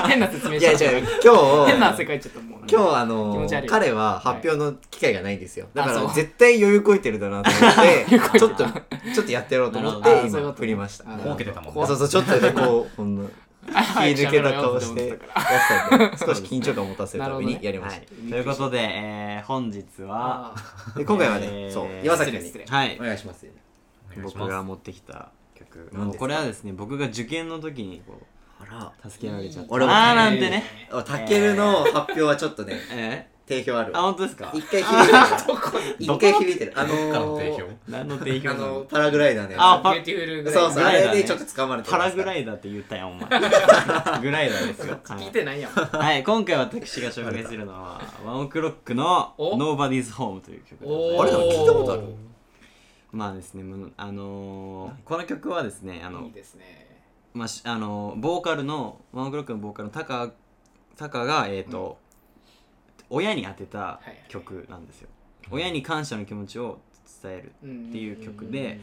[SPEAKER 1] の変な説明
[SPEAKER 2] いや、
[SPEAKER 1] しちゃ
[SPEAKER 2] 違
[SPEAKER 1] っ
[SPEAKER 2] う、
[SPEAKER 1] た変な
[SPEAKER 2] 今
[SPEAKER 1] 汗
[SPEAKER 2] 日、
[SPEAKER 1] かいちゃったもん
[SPEAKER 2] 今日あの
[SPEAKER 1] 気持ち悪い
[SPEAKER 2] 彼は発表の機会がないんですよ。だか
[SPEAKER 1] あ
[SPEAKER 2] ら
[SPEAKER 1] そう
[SPEAKER 2] 絶対余裕こいてるだな と思って、ちょっと、ちょっとやってやろうと思っ
[SPEAKER 3] なる
[SPEAKER 2] て、
[SPEAKER 1] ほどあそういうこ
[SPEAKER 2] 今、
[SPEAKER 1] と
[SPEAKER 2] 振りました。
[SPEAKER 1] あ
[SPEAKER 5] こうけてたもん
[SPEAKER 2] そうそうそう、ちょっとね、こう、こんな、
[SPEAKER 1] 早く
[SPEAKER 2] 気抜けた顔して、
[SPEAKER 1] 喋ろう
[SPEAKER 2] や
[SPEAKER 1] よっ
[SPEAKER 2] っ
[SPEAKER 1] て思ってて
[SPEAKER 2] たんで、少し緊張感を持たせるためにやりま
[SPEAKER 3] は
[SPEAKER 2] し
[SPEAKER 3] い、ということで、えー、本日
[SPEAKER 1] あ
[SPEAKER 3] は
[SPEAKER 2] た。で、今回はね、
[SPEAKER 3] えー
[SPEAKER 2] そう、岩崎くんに
[SPEAKER 1] 失礼失
[SPEAKER 3] はい
[SPEAKER 2] お願いしますよ。
[SPEAKER 5] お願いし
[SPEAKER 3] 僕
[SPEAKER 5] ま
[SPEAKER 3] が
[SPEAKER 5] す
[SPEAKER 3] 持ってきた曲
[SPEAKER 2] 何ですか
[SPEAKER 3] もうこれはですね僕が受験の時にこ
[SPEAKER 2] あら、
[SPEAKER 3] う助けられちゃった
[SPEAKER 2] 俺も
[SPEAKER 3] あーなんてね
[SPEAKER 2] たけるの発表はちょっとね、
[SPEAKER 3] え
[SPEAKER 2] 定評ある
[SPEAKER 3] ー、あ
[SPEAKER 2] わ。
[SPEAKER 3] 本当ですか
[SPEAKER 2] 一回響いてるから。一回響いてる。あの
[SPEAKER 5] からの定評
[SPEAKER 2] ー、
[SPEAKER 3] 何の定評
[SPEAKER 2] あ
[SPEAKER 3] な
[SPEAKER 2] の
[SPEAKER 3] の
[SPEAKER 2] パラグライダーね。
[SPEAKER 3] あ
[SPEAKER 1] ビューティフルぐらい
[SPEAKER 2] そうそう、あれ
[SPEAKER 3] グライ
[SPEAKER 2] で
[SPEAKER 3] ダーね
[SPEAKER 2] ちょっと掴まれて
[SPEAKER 3] パラグラ
[SPEAKER 2] イ
[SPEAKER 3] イダーって言ったやんお 前グライダーですよ、は
[SPEAKER 1] 聞い
[SPEAKER 3] い
[SPEAKER 1] てないやん
[SPEAKER 3] はい、今回私が紹介するのはワンオクロックの「
[SPEAKER 1] お
[SPEAKER 3] Nobody's Home」という曲でござ
[SPEAKER 1] お
[SPEAKER 3] いま
[SPEAKER 2] あ
[SPEAKER 3] す
[SPEAKER 2] れなんか聞いたことある
[SPEAKER 3] まあですねもうあのー、この曲はですねあ
[SPEAKER 1] ーい
[SPEAKER 3] の
[SPEAKER 1] い、ですね
[SPEAKER 3] まあしあのーボーカルのワンオクロックのボーカルのタカタカがえっ、と、親に当てた曲なんですよ、親に感謝の気持ちを伝える
[SPEAKER 1] って
[SPEAKER 3] いう曲で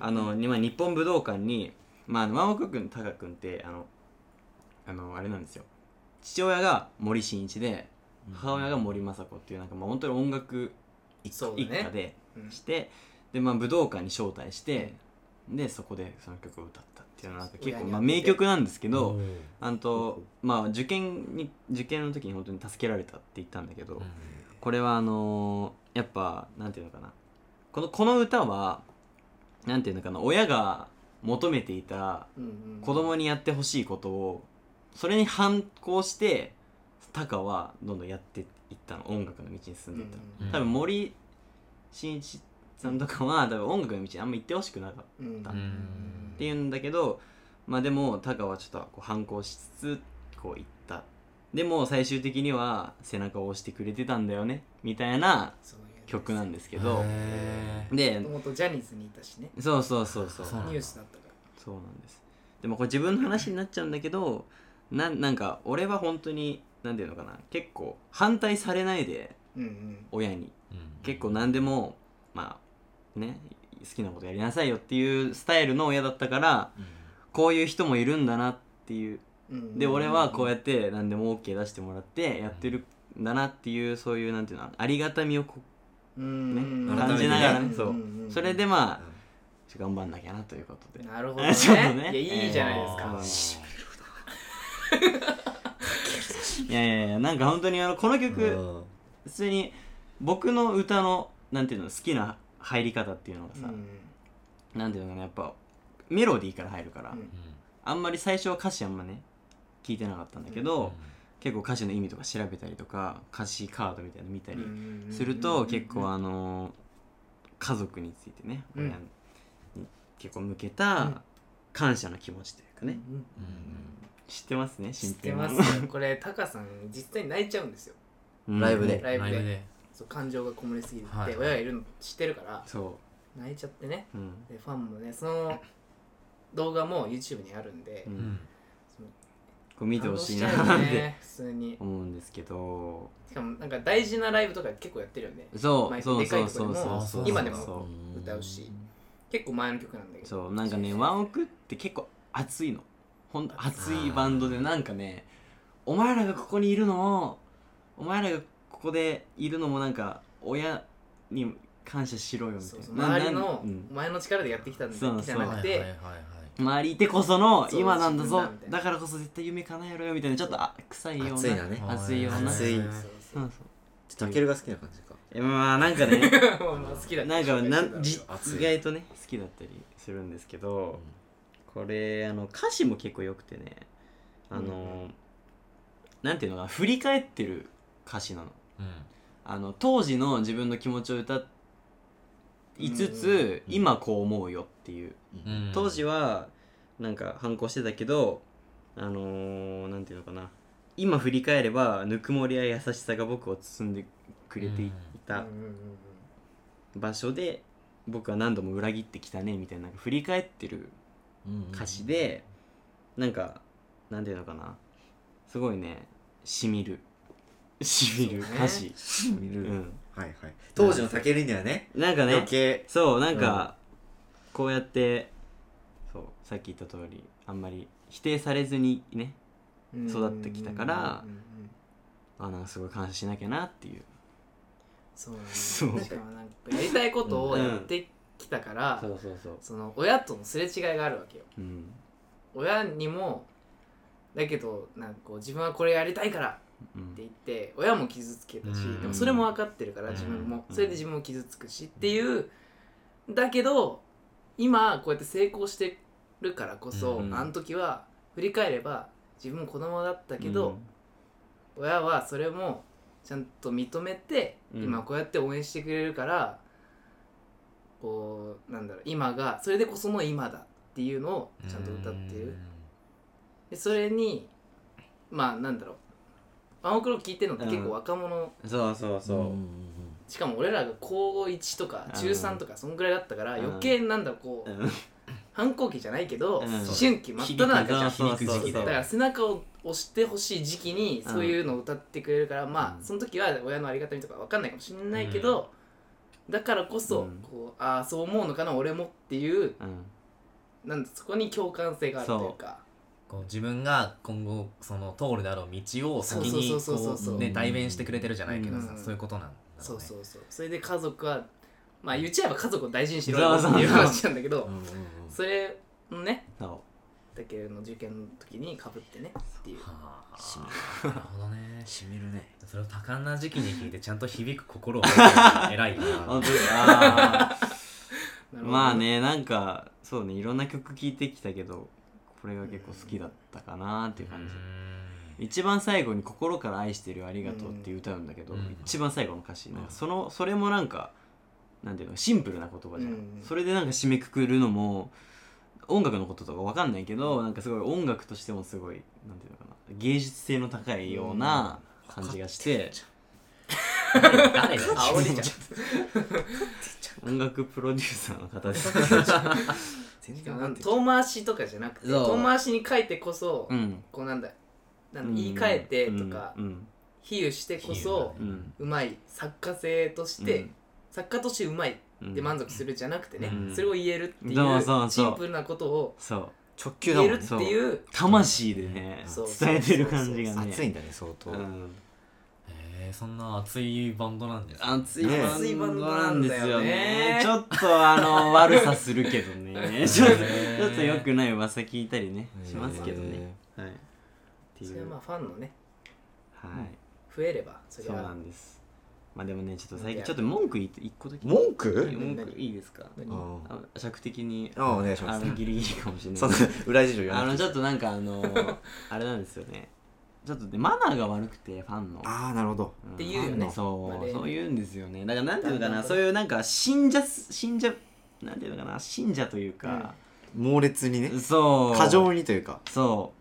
[SPEAKER 3] あの、にまあ、日本武道館に、まあ、あのワンオク君、タカ君ってあのあのあれなんですよ父親が森進一で母親が森昌子っていうなんか、まあ、本当に音楽一
[SPEAKER 1] そう
[SPEAKER 3] 家
[SPEAKER 1] だね
[SPEAKER 3] で
[SPEAKER 1] うん
[SPEAKER 3] して、で、まあ、武道館に招待して、でそこでその曲を歌ったっていうのはなんか結
[SPEAKER 1] 親
[SPEAKER 3] 構、
[SPEAKER 1] に
[SPEAKER 3] まあ、
[SPEAKER 1] 当てて
[SPEAKER 3] 名曲なんですけど、
[SPEAKER 5] うん
[SPEAKER 3] あんとまあ、受験に受験の時に本当に助けられたって言ったんだけど、これはあのーやっぱなんていうのかなこのこの歌はなんていうのかな親が求めていた子供にやってほしいことをそれに反抗してタカはどんどんやっていったの音楽の道に進んでいったの、
[SPEAKER 5] うん
[SPEAKER 3] 多分森進一さんとかは多分音楽の道にあんま行ってほしくなかった
[SPEAKER 5] うんうん
[SPEAKER 3] っていうんだけどまあでもタカはちょっとこう反抗しつつこう行ったでも最終的には背中を押してくれてたんだよねみたいな曲なんですけど
[SPEAKER 5] へー
[SPEAKER 3] で
[SPEAKER 1] もとジャニーズにいたしね
[SPEAKER 3] そうそうそうそう
[SPEAKER 5] そうなんだ
[SPEAKER 1] ニュースだったか
[SPEAKER 3] そうなんですでもこれ自分の話になっちゃうんだけどななんか俺は本当に何ていうのかな結構反対されないで
[SPEAKER 1] らうん
[SPEAKER 3] 親に
[SPEAKER 5] うん
[SPEAKER 3] 結構何でもまあね好きなことやりなさいよっていうスタイルの親だったからこういう人もいるんだなっていう
[SPEAKER 1] うん
[SPEAKER 3] で俺はこうや
[SPEAKER 1] っ
[SPEAKER 3] って何でも OK 出してもらってやってるんだなっていうそういうなんていうのありがたみをこ
[SPEAKER 1] て
[SPEAKER 3] ね
[SPEAKER 2] 感じながら
[SPEAKER 3] ねそうそれでまあちょ頑張んなきゃなということで
[SPEAKER 1] なるほどね
[SPEAKER 3] ちょっとね
[SPEAKER 1] いやいいじゃないです
[SPEAKER 5] あ
[SPEAKER 1] か
[SPEAKER 5] ー
[SPEAKER 3] すかいやいやいやなんか本当にあのこの曲普通に僕の歌のなんていうの好きな入り方っていうのがさ、
[SPEAKER 1] うん
[SPEAKER 3] なんていうのかなやっぱメロディーから入るから、
[SPEAKER 1] うん
[SPEAKER 3] あんまり最初は歌詞あんまね聞いてなかったんだけど、結構歌詞の意味とか調べたりとか歌詞カードみたいなの見たりすると結構あの家族についてね
[SPEAKER 1] うん
[SPEAKER 3] 親に結構向けた感謝の気持ちというかね
[SPEAKER 1] うん
[SPEAKER 3] 知ってますね
[SPEAKER 1] 知っ
[SPEAKER 3] 新
[SPEAKER 1] て
[SPEAKER 3] 品
[SPEAKER 1] ます
[SPEAKER 3] の
[SPEAKER 1] よこれタカさん実際に泣いちゃうんですよ
[SPEAKER 3] うん
[SPEAKER 2] ライブで
[SPEAKER 1] ライ
[SPEAKER 5] ラ
[SPEAKER 1] ブ
[SPEAKER 5] イブ
[SPEAKER 1] で
[SPEAKER 5] で
[SPEAKER 1] そう感情がこもりすぎて
[SPEAKER 5] はい
[SPEAKER 1] 親がいるの知ってるから
[SPEAKER 3] そ
[SPEAKER 1] 泣いちゃってね
[SPEAKER 3] ううん
[SPEAKER 1] でファンもねその動画も YouTube にあるんで
[SPEAKER 3] う
[SPEAKER 5] うんん
[SPEAKER 3] 構見てほしいな
[SPEAKER 1] 感動しちゃう
[SPEAKER 3] っ
[SPEAKER 1] よ
[SPEAKER 3] て
[SPEAKER 1] ね普通に
[SPEAKER 3] 思うんですけど
[SPEAKER 1] しかもなんか大事なライブとか結構やってるよね
[SPEAKER 3] そ
[SPEAKER 1] まあ
[SPEAKER 3] うそう
[SPEAKER 1] でか
[SPEAKER 3] そ
[SPEAKER 1] いうとこで
[SPEAKER 3] そ
[SPEAKER 1] も
[SPEAKER 3] うそうそう
[SPEAKER 1] 今で
[SPEAKER 3] そ
[SPEAKER 1] も歌うし結構前の曲なんだけ
[SPEAKER 3] う
[SPEAKER 1] ど
[SPEAKER 3] そうなんかねワンオクって結構熱いのほんと熱いバンドでなんかねお前らがここにいるのをお前らがここでいるのもなんか親に感謝しろよみた
[SPEAKER 1] そ
[SPEAKER 3] いう
[SPEAKER 1] そう
[SPEAKER 3] なな
[SPEAKER 1] 周り
[SPEAKER 3] な
[SPEAKER 1] の
[SPEAKER 3] うん
[SPEAKER 1] お前の力でやってきたんだ
[SPEAKER 3] そうそう
[SPEAKER 1] じゃなくて
[SPEAKER 3] 周りいてこその
[SPEAKER 1] そう
[SPEAKER 3] 今なんだ
[SPEAKER 1] 自分
[SPEAKER 3] ぞ
[SPEAKER 1] だみたいな
[SPEAKER 3] だからこそ絶対夢叶えろよみたいなちょっとあ臭いような
[SPEAKER 2] 熱いなね
[SPEAKER 3] 熱いような
[SPEAKER 2] 熱い
[SPEAKER 1] そう
[SPEAKER 3] そ
[SPEAKER 1] そう
[SPEAKER 3] う
[SPEAKER 2] タケルが好きな感じか
[SPEAKER 3] そうまあなんかね
[SPEAKER 1] そうまあ好きだ
[SPEAKER 3] なんかなんじ
[SPEAKER 2] 熱い
[SPEAKER 3] 意外とね好きだったりするんですけど、これあの歌詞も結構良くてねあの、なんていうのかな振り返ってる歌詞なのあの当時の自分の気持ちを歌いつつ、
[SPEAKER 2] うん
[SPEAKER 3] 今こう思うよっていう、当時
[SPEAKER 5] は
[SPEAKER 3] はなんか反抗してたけどあのーなんていうのかな今振り返ればぬくもりや優しさが僕を包んでくれてい
[SPEAKER 1] う
[SPEAKER 3] た、
[SPEAKER 1] んうんうんうん
[SPEAKER 3] 場所で僕は何度も裏切ってきたねみたいななんか振り返ってる歌詞で、なんかなんていうのかなすごいねしみるしみる
[SPEAKER 1] そうね
[SPEAKER 3] 歌詞、
[SPEAKER 2] 見
[SPEAKER 3] う
[SPEAKER 2] る
[SPEAKER 3] ん、
[SPEAKER 2] はいはい当時のタケルにはね
[SPEAKER 3] なんか
[SPEAKER 2] 余
[SPEAKER 3] ね
[SPEAKER 2] 計
[SPEAKER 3] そうなんか、こうやってそうさっき言った通りあんまり否定されずにね育ってきたから
[SPEAKER 1] うんうんうんうん
[SPEAKER 3] あなんかすごい感謝しなきゃなっていう
[SPEAKER 1] そう
[SPEAKER 3] そう
[SPEAKER 1] なんだよねしかもなんかやりたいことをやってきたから、
[SPEAKER 3] そうそうそう
[SPEAKER 1] その親とのすれ違いがあるわけよ
[SPEAKER 3] うん
[SPEAKER 1] 親にもだけどなんかこう自分はこれやりたいから
[SPEAKER 3] う
[SPEAKER 1] っ
[SPEAKER 3] ん
[SPEAKER 1] て言って親も傷つけたし
[SPEAKER 5] うん
[SPEAKER 1] でもそれも分かってるから
[SPEAKER 5] うん
[SPEAKER 1] 自分も
[SPEAKER 3] うん
[SPEAKER 1] それで自分も傷つくしっていうだけど今こうやって成功してるからこそ
[SPEAKER 3] うん
[SPEAKER 1] あの時は振り返れば自分も子供だったけど、親はそれもちゃんと認めて、
[SPEAKER 3] うん
[SPEAKER 1] 今こうやって応援してくれるからこうなんだろう今がそれでこその今だっていうのをちゃんと歌ってるでそれにまあなんだろうワンオクロ聴いてるのって結構若者
[SPEAKER 3] うんそうそうそう、
[SPEAKER 2] んんん
[SPEAKER 1] しかも俺らが高1とか中3とかそんぐらいだったから
[SPEAKER 3] うん
[SPEAKER 1] 余計なんだろうこう
[SPEAKER 3] うん
[SPEAKER 1] 反抗期じゃないけど
[SPEAKER 3] う
[SPEAKER 1] 思
[SPEAKER 3] ん
[SPEAKER 1] 春期真っ只中じゃん
[SPEAKER 3] そうそうそう
[SPEAKER 5] 響く時期
[SPEAKER 1] だ
[SPEAKER 5] だ
[SPEAKER 1] から背中を押してほしい時期にそういうのを歌ってくれるから、ま
[SPEAKER 3] う
[SPEAKER 1] あ
[SPEAKER 3] ん
[SPEAKER 1] その時は親のありがたみとか分かんないかもしれないけど、だからこそ、
[SPEAKER 3] うん
[SPEAKER 1] こうああそう思うのかな俺もっていう
[SPEAKER 3] うん
[SPEAKER 1] なんだそこに共感性があるというか
[SPEAKER 5] こう自分が今後その通るだろう道を先に
[SPEAKER 1] そうそうそうそうそう
[SPEAKER 5] こうね代弁してくれてるじゃないけど
[SPEAKER 1] う
[SPEAKER 5] さ
[SPEAKER 1] ん
[SPEAKER 5] そういうことなんだろうね
[SPEAKER 1] そうそうそうそれで家族はまあ言っちゃえば家族を大事にしろよっていう話なんだけど
[SPEAKER 2] うんうんうん
[SPEAKER 1] それのね
[SPEAKER 3] そ
[SPEAKER 1] だけどの受験の時にかぶってねっていう
[SPEAKER 5] はあ
[SPEAKER 2] し
[SPEAKER 5] なるほどね
[SPEAKER 2] しみるね
[SPEAKER 5] それを多感な時期に聞いてちゃんと響く心を持ってるの偉いうな
[SPEAKER 3] 本当にああ
[SPEAKER 1] なるほど
[SPEAKER 3] まあねなんかそうねいろんな曲聴いてきたけどこれが結構好きだったかなっていう感じ、一番最後に「心から愛してるよありがとう」って歌うんだけど、
[SPEAKER 5] うん
[SPEAKER 3] 一番最後の歌詞、なん
[SPEAKER 5] う
[SPEAKER 3] か
[SPEAKER 5] ん
[SPEAKER 3] そのそれもなんかなんていうのシンプルな言葉じゃん、
[SPEAKER 1] うん
[SPEAKER 3] それでなんか締めくくるのも音楽のこととかわかんないけどなんかすごい音楽としてもすごいなんていうのかな芸術性の高いような感じがして、
[SPEAKER 5] 誰だ
[SPEAKER 1] あおりちゃん
[SPEAKER 3] 音楽プロデューサーの方で
[SPEAKER 2] 全
[SPEAKER 1] でも
[SPEAKER 2] 然
[SPEAKER 1] なん
[SPEAKER 2] て
[SPEAKER 1] か
[SPEAKER 2] き
[SPEAKER 1] 遠回しとかじゃなくて
[SPEAKER 3] そう
[SPEAKER 1] 遠回しに書いてこそ、
[SPEAKER 3] うん
[SPEAKER 1] こうなんだなんだ言い換えてとか、
[SPEAKER 3] うん
[SPEAKER 1] 比喩してこそ
[SPEAKER 3] うんうん
[SPEAKER 1] うまい作家性として、作家としてうまい
[SPEAKER 3] うん
[SPEAKER 1] で満足するじゃなくてね、
[SPEAKER 3] うん
[SPEAKER 1] それを言えるっていう
[SPEAKER 3] そうそうそう
[SPEAKER 1] シンプルなことを
[SPEAKER 3] そう
[SPEAKER 2] 直球だ
[SPEAKER 1] 言
[SPEAKER 2] も
[SPEAKER 1] え
[SPEAKER 2] ん
[SPEAKER 1] る
[SPEAKER 2] ね
[SPEAKER 1] っていう
[SPEAKER 3] 魂でね
[SPEAKER 1] そう
[SPEAKER 3] 伝えてる感じがね
[SPEAKER 2] 熱いんだね相当
[SPEAKER 3] うん
[SPEAKER 5] えーそんな熱いバンドなんですね
[SPEAKER 3] 熱い
[SPEAKER 2] ね
[SPEAKER 3] バンドなんですよ
[SPEAKER 1] 熱
[SPEAKER 3] ね
[SPEAKER 1] い
[SPEAKER 3] ち
[SPEAKER 1] バ
[SPEAKER 3] ょっとあ の悪さするけどね ちょっと
[SPEAKER 5] へー
[SPEAKER 3] ちょっと良くない噂聞いたりね
[SPEAKER 2] えー
[SPEAKER 3] しますけどねはいって
[SPEAKER 1] そ
[SPEAKER 3] い
[SPEAKER 1] れは
[SPEAKER 3] う
[SPEAKER 1] ま
[SPEAKER 3] は
[SPEAKER 1] あファンのね
[SPEAKER 3] い
[SPEAKER 1] 増えればそれ
[SPEAKER 3] そうな
[SPEAKER 1] は
[SPEAKER 3] んですまあでもねちょっと最近ちょっと文句言って一個だけ
[SPEAKER 2] 文句
[SPEAKER 3] 文句いいですか
[SPEAKER 1] 何
[SPEAKER 2] あ
[SPEAKER 3] あ尺的に
[SPEAKER 2] あお願いし
[SPEAKER 3] あ
[SPEAKER 2] ます
[SPEAKER 3] のギリギリかもしれない
[SPEAKER 2] そんな裏事情言わ
[SPEAKER 3] あ
[SPEAKER 2] な
[SPEAKER 3] の
[SPEAKER 2] くて
[SPEAKER 3] ちょっとなんかあのあれなんですよねちょっとねマナーが悪くてファンの
[SPEAKER 2] ああなるほど
[SPEAKER 3] って
[SPEAKER 1] いうよね
[SPEAKER 3] そ
[SPEAKER 1] まあ
[SPEAKER 3] う
[SPEAKER 1] ね
[SPEAKER 3] そういうんですよねだからなんていうのか
[SPEAKER 1] だんだ
[SPEAKER 3] なん
[SPEAKER 1] と
[SPEAKER 3] そういうなんか信者す信者なんていうのかな信者というか、
[SPEAKER 2] 猛烈にね
[SPEAKER 3] そう
[SPEAKER 2] 過剰にというか
[SPEAKER 3] そ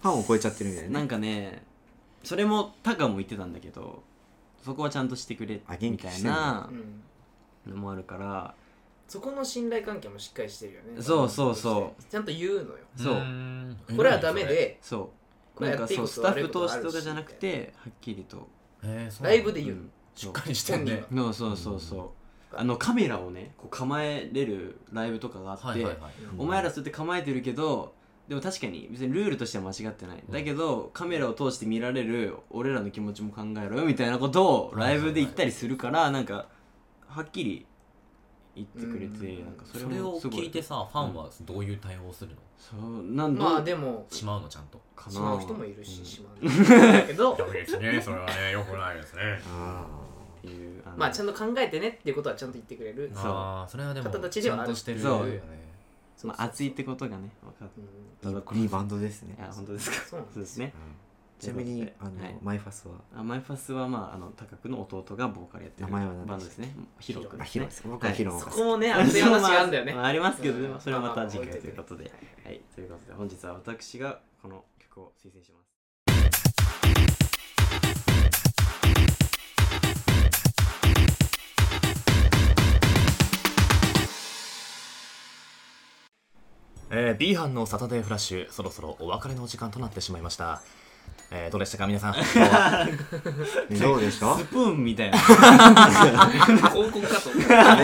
[SPEAKER 2] ファンを超えちゃってるみたいうな
[SPEAKER 3] なん
[SPEAKER 2] ね
[SPEAKER 3] かねそれもタカも言ってたんだけどそこはちゃんとしてくれ
[SPEAKER 2] あ元
[SPEAKER 3] み
[SPEAKER 2] 気
[SPEAKER 3] た
[SPEAKER 2] にし
[SPEAKER 3] い
[SPEAKER 2] てんだ
[SPEAKER 3] な
[SPEAKER 1] うん
[SPEAKER 3] のもあるから
[SPEAKER 1] そこの信頼関係もしっかりしてるよね
[SPEAKER 3] そうそうそう
[SPEAKER 1] ちゃんと言うのよ
[SPEAKER 3] そう
[SPEAKER 5] ーん
[SPEAKER 1] これはダメで
[SPEAKER 3] そ
[SPEAKER 1] こが
[SPEAKER 3] なん
[SPEAKER 1] や
[SPEAKER 3] か
[SPEAKER 1] っていい
[SPEAKER 3] そ
[SPEAKER 1] こ
[SPEAKER 3] う
[SPEAKER 1] と
[SPEAKER 3] ス
[SPEAKER 1] は
[SPEAKER 3] タ
[SPEAKER 1] 悪いこ
[SPEAKER 3] ッフ
[SPEAKER 1] と
[SPEAKER 3] 投
[SPEAKER 1] はあ
[SPEAKER 3] 資
[SPEAKER 1] るし
[SPEAKER 3] とかじゃなくてはっきりと
[SPEAKER 5] えーそう
[SPEAKER 1] ライブで言う
[SPEAKER 3] うん
[SPEAKER 5] しっかりしてんね
[SPEAKER 3] のそうそうそうあのカメラをねこう構えれるライブとかがあって、
[SPEAKER 5] はいはいはい
[SPEAKER 3] お前らそうやって構えてるけどでも確かに別にルールとしては間違ってない、
[SPEAKER 5] うん
[SPEAKER 3] だけどカメラを通して見られる俺らの気持ちも考えろよみたいなことをライブで言ったりするから、なんかはっきり言ってくれて、
[SPEAKER 1] うん
[SPEAKER 3] なんかそ
[SPEAKER 5] そ
[SPEAKER 3] れ
[SPEAKER 5] れ
[SPEAKER 3] も
[SPEAKER 5] を
[SPEAKER 3] すごい
[SPEAKER 5] 聞いてさファンはどういう対応をするの
[SPEAKER 3] そうなん
[SPEAKER 1] まあ
[SPEAKER 3] どう
[SPEAKER 1] でも
[SPEAKER 5] しまうのちゃんと
[SPEAKER 3] かな
[SPEAKER 1] しまう人もいる
[SPEAKER 3] う
[SPEAKER 1] し
[SPEAKER 3] ん
[SPEAKER 1] しまう人もいるんだけど
[SPEAKER 4] ダメですね、それはね、よくないですね。
[SPEAKER 3] っていう の
[SPEAKER 1] まあちゃんと考えてねっていうことはちゃんと言ってくれる
[SPEAKER 3] そう
[SPEAKER 5] ああそれはでも
[SPEAKER 1] 方たちではある
[SPEAKER 5] ちゃんとしてる
[SPEAKER 3] そう
[SPEAKER 5] よね
[SPEAKER 3] まあ、熱いってことがね分かっ
[SPEAKER 1] うん
[SPEAKER 3] ただこ
[SPEAKER 2] いいバンドですね
[SPEAKER 3] いや本当ですか
[SPEAKER 1] そうなんです
[SPEAKER 3] そうですね
[SPEAKER 2] ちなみ
[SPEAKER 3] とい
[SPEAKER 2] に
[SPEAKER 3] うこ
[SPEAKER 2] あ
[SPEAKER 3] と
[SPEAKER 2] の、
[SPEAKER 3] ではい
[SPEAKER 2] マイファスは
[SPEAKER 3] あマイファスはまああの高くの弟がボーカルやってる
[SPEAKER 2] 名前は何でした
[SPEAKER 3] バンドですねヒロ君
[SPEAKER 2] あ
[SPEAKER 3] です
[SPEAKER 2] ヒ
[SPEAKER 3] ね
[SPEAKER 2] ロです僕はヒロの
[SPEAKER 1] そ
[SPEAKER 2] 方
[SPEAKER 1] こもね熱い話があるんだよね
[SPEAKER 3] まあ、ありますけどね、
[SPEAKER 1] うん
[SPEAKER 3] それはま
[SPEAKER 1] まあ
[SPEAKER 3] た
[SPEAKER 1] まあ
[SPEAKER 3] 次
[SPEAKER 1] 置
[SPEAKER 3] 回
[SPEAKER 1] いと
[SPEAKER 3] と
[SPEAKER 1] いう
[SPEAKER 3] い
[SPEAKER 1] て
[SPEAKER 3] ことで、はい、ということで本日は私がこの曲を推薦します。
[SPEAKER 4] えー、B 班のサタデーフラッシュ、そろそろお別れのお時間となってしまいました。えー、どうでしたか、皆さ ん。今日は
[SPEAKER 2] ねどうでし
[SPEAKER 3] ス
[SPEAKER 2] た、ね
[SPEAKER 3] プーンみたいな。
[SPEAKER 1] 広告かと思った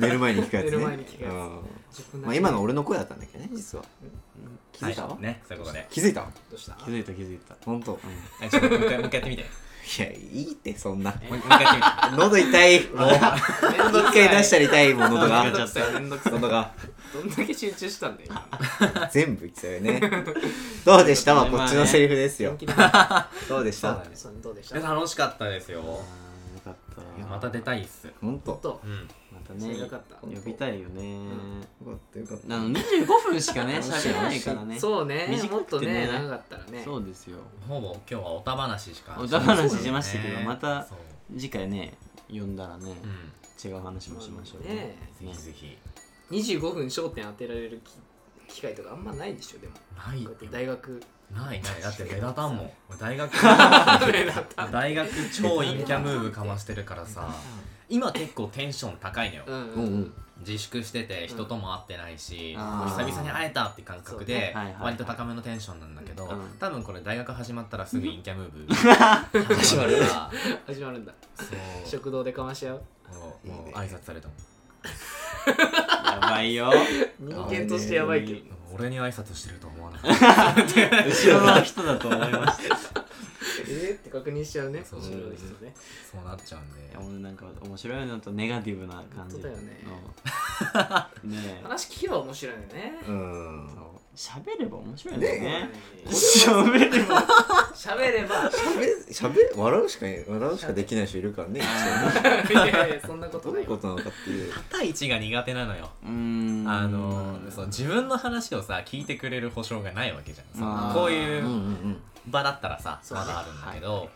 [SPEAKER 2] 寝る前に聞くやつね
[SPEAKER 1] 寝る前に聞くやつ
[SPEAKER 2] うん
[SPEAKER 1] 自分なりに
[SPEAKER 2] まあ、今の俺の声だったんだけどね実は気づいた、
[SPEAKER 5] はいねそういうことで
[SPEAKER 2] 気づいた
[SPEAKER 1] どうした
[SPEAKER 3] 気づいた気づいた。
[SPEAKER 2] 本当、い
[SPEAKER 5] えちょっともう一回もう一回や ってみて
[SPEAKER 2] やいいってそんな
[SPEAKER 5] もう一回やってみて
[SPEAKER 2] 喉痛いもう一回 出したら痛いもう喉
[SPEAKER 1] めんど
[SPEAKER 2] が
[SPEAKER 1] くさいめんどくさい
[SPEAKER 2] 喉が
[SPEAKER 1] どんだけ集中したんだよ今
[SPEAKER 2] 全部言ってたよねどうでしたはこっちのセリフですよ
[SPEAKER 1] 本気でそ
[SPEAKER 2] どうでし
[SPEAKER 5] そう
[SPEAKER 2] た
[SPEAKER 5] だね
[SPEAKER 1] うどうでした
[SPEAKER 5] え 楽しかったですよ
[SPEAKER 3] あーよかった。
[SPEAKER 5] いやまた出たいっす
[SPEAKER 2] 本当
[SPEAKER 1] 本
[SPEAKER 2] よ
[SPEAKER 1] 当
[SPEAKER 5] うん
[SPEAKER 3] また
[SPEAKER 1] そ
[SPEAKER 3] ね、
[SPEAKER 1] れよかった
[SPEAKER 3] 呼びたいよね。
[SPEAKER 2] かったよかっ
[SPEAKER 3] あの25分しかね、喋れないからね。う
[SPEAKER 1] そうね
[SPEAKER 3] 短くてね
[SPEAKER 1] もっとね長かったらね
[SPEAKER 3] そうですよ。
[SPEAKER 5] ほぼ今日はおた話しか
[SPEAKER 3] おた話しましたけどまた
[SPEAKER 5] そう
[SPEAKER 3] 次回ね、呼んだらね
[SPEAKER 5] う、ん
[SPEAKER 3] 違う話もしましょうね。
[SPEAKER 1] ね
[SPEAKER 5] ぜひぜひ
[SPEAKER 1] 25分焦点当てられるき機会とかあんまないでしょでもこ
[SPEAKER 5] な
[SPEAKER 1] う
[SPEAKER 5] い
[SPEAKER 1] やって大学
[SPEAKER 5] ないないだって目立たんもん 大学
[SPEAKER 1] 目立た
[SPEAKER 5] 大学超陰キャムーブかましてるからさ今結構テンション高いのよ
[SPEAKER 1] うん
[SPEAKER 2] うんうん
[SPEAKER 5] 自粛してて人とも会ってないし、
[SPEAKER 3] うん
[SPEAKER 5] もう久々に会えたって感覚で
[SPEAKER 3] そうねはいはいはい
[SPEAKER 5] 割と高めのテンションなんだけど、
[SPEAKER 3] うん
[SPEAKER 5] 多分これ大学始まったらすぐ陰キャム ーブ始まるから
[SPEAKER 1] 始まるんだ
[SPEAKER 5] そう
[SPEAKER 1] 食堂でかまし合う
[SPEAKER 5] もうもう挨拶されたもん
[SPEAKER 3] やばいよ。
[SPEAKER 1] 人間としてやばいけど
[SPEAKER 5] 俺に挨拶してると思わな かった
[SPEAKER 3] 後ろの人だと思いました。い
[SPEAKER 1] えーって確認しちゃうね
[SPEAKER 5] そ
[SPEAKER 1] 後
[SPEAKER 5] う
[SPEAKER 1] ろの人ね
[SPEAKER 5] そうなっちゃうんで
[SPEAKER 3] や、もうなんか面白いのとネガティブな感じ
[SPEAKER 1] 本当
[SPEAKER 3] の。
[SPEAKER 1] だよね
[SPEAKER 3] ねえ。
[SPEAKER 1] 話聞けば面白いよね
[SPEAKER 2] うん
[SPEAKER 3] 喋れば面白いんだよね。
[SPEAKER 1] 喋れば喋れば
[SPEAKER 2] しゃべ笑うしか笑うしかできない人いるからね
[SPEAKER 1] いやいやそんなこと
[SPEAKER 2] どう
[SPEAKER 1] ないいうわ
[SPEAKER 2] ことなのかっていう
[SPEAKER 5] 肩位置が苦手なのよ
[SPEAKER 3] うーん
[SPEAKER 5] あのそう自分の話をさ聞いてくれる保証がないわけじゃん
[SPEAKER 3] あ
[SPEAKER 5] さ
[SPEAKER 3] ー
[SPEAKER 5] こう
[SPEAKER 2] う
[SPEAKER 5] い
[SPEAKER 2] んうんう
[SPEAKER 5] うん場だったらさ
[SPEAKER 1] そう
[SPEAKER 5] ま
[SPEAKER 1] ね
[SPEAKER 5] だあるんだけ
[SPEAKER 3] はい
[SPEAKER 5] ど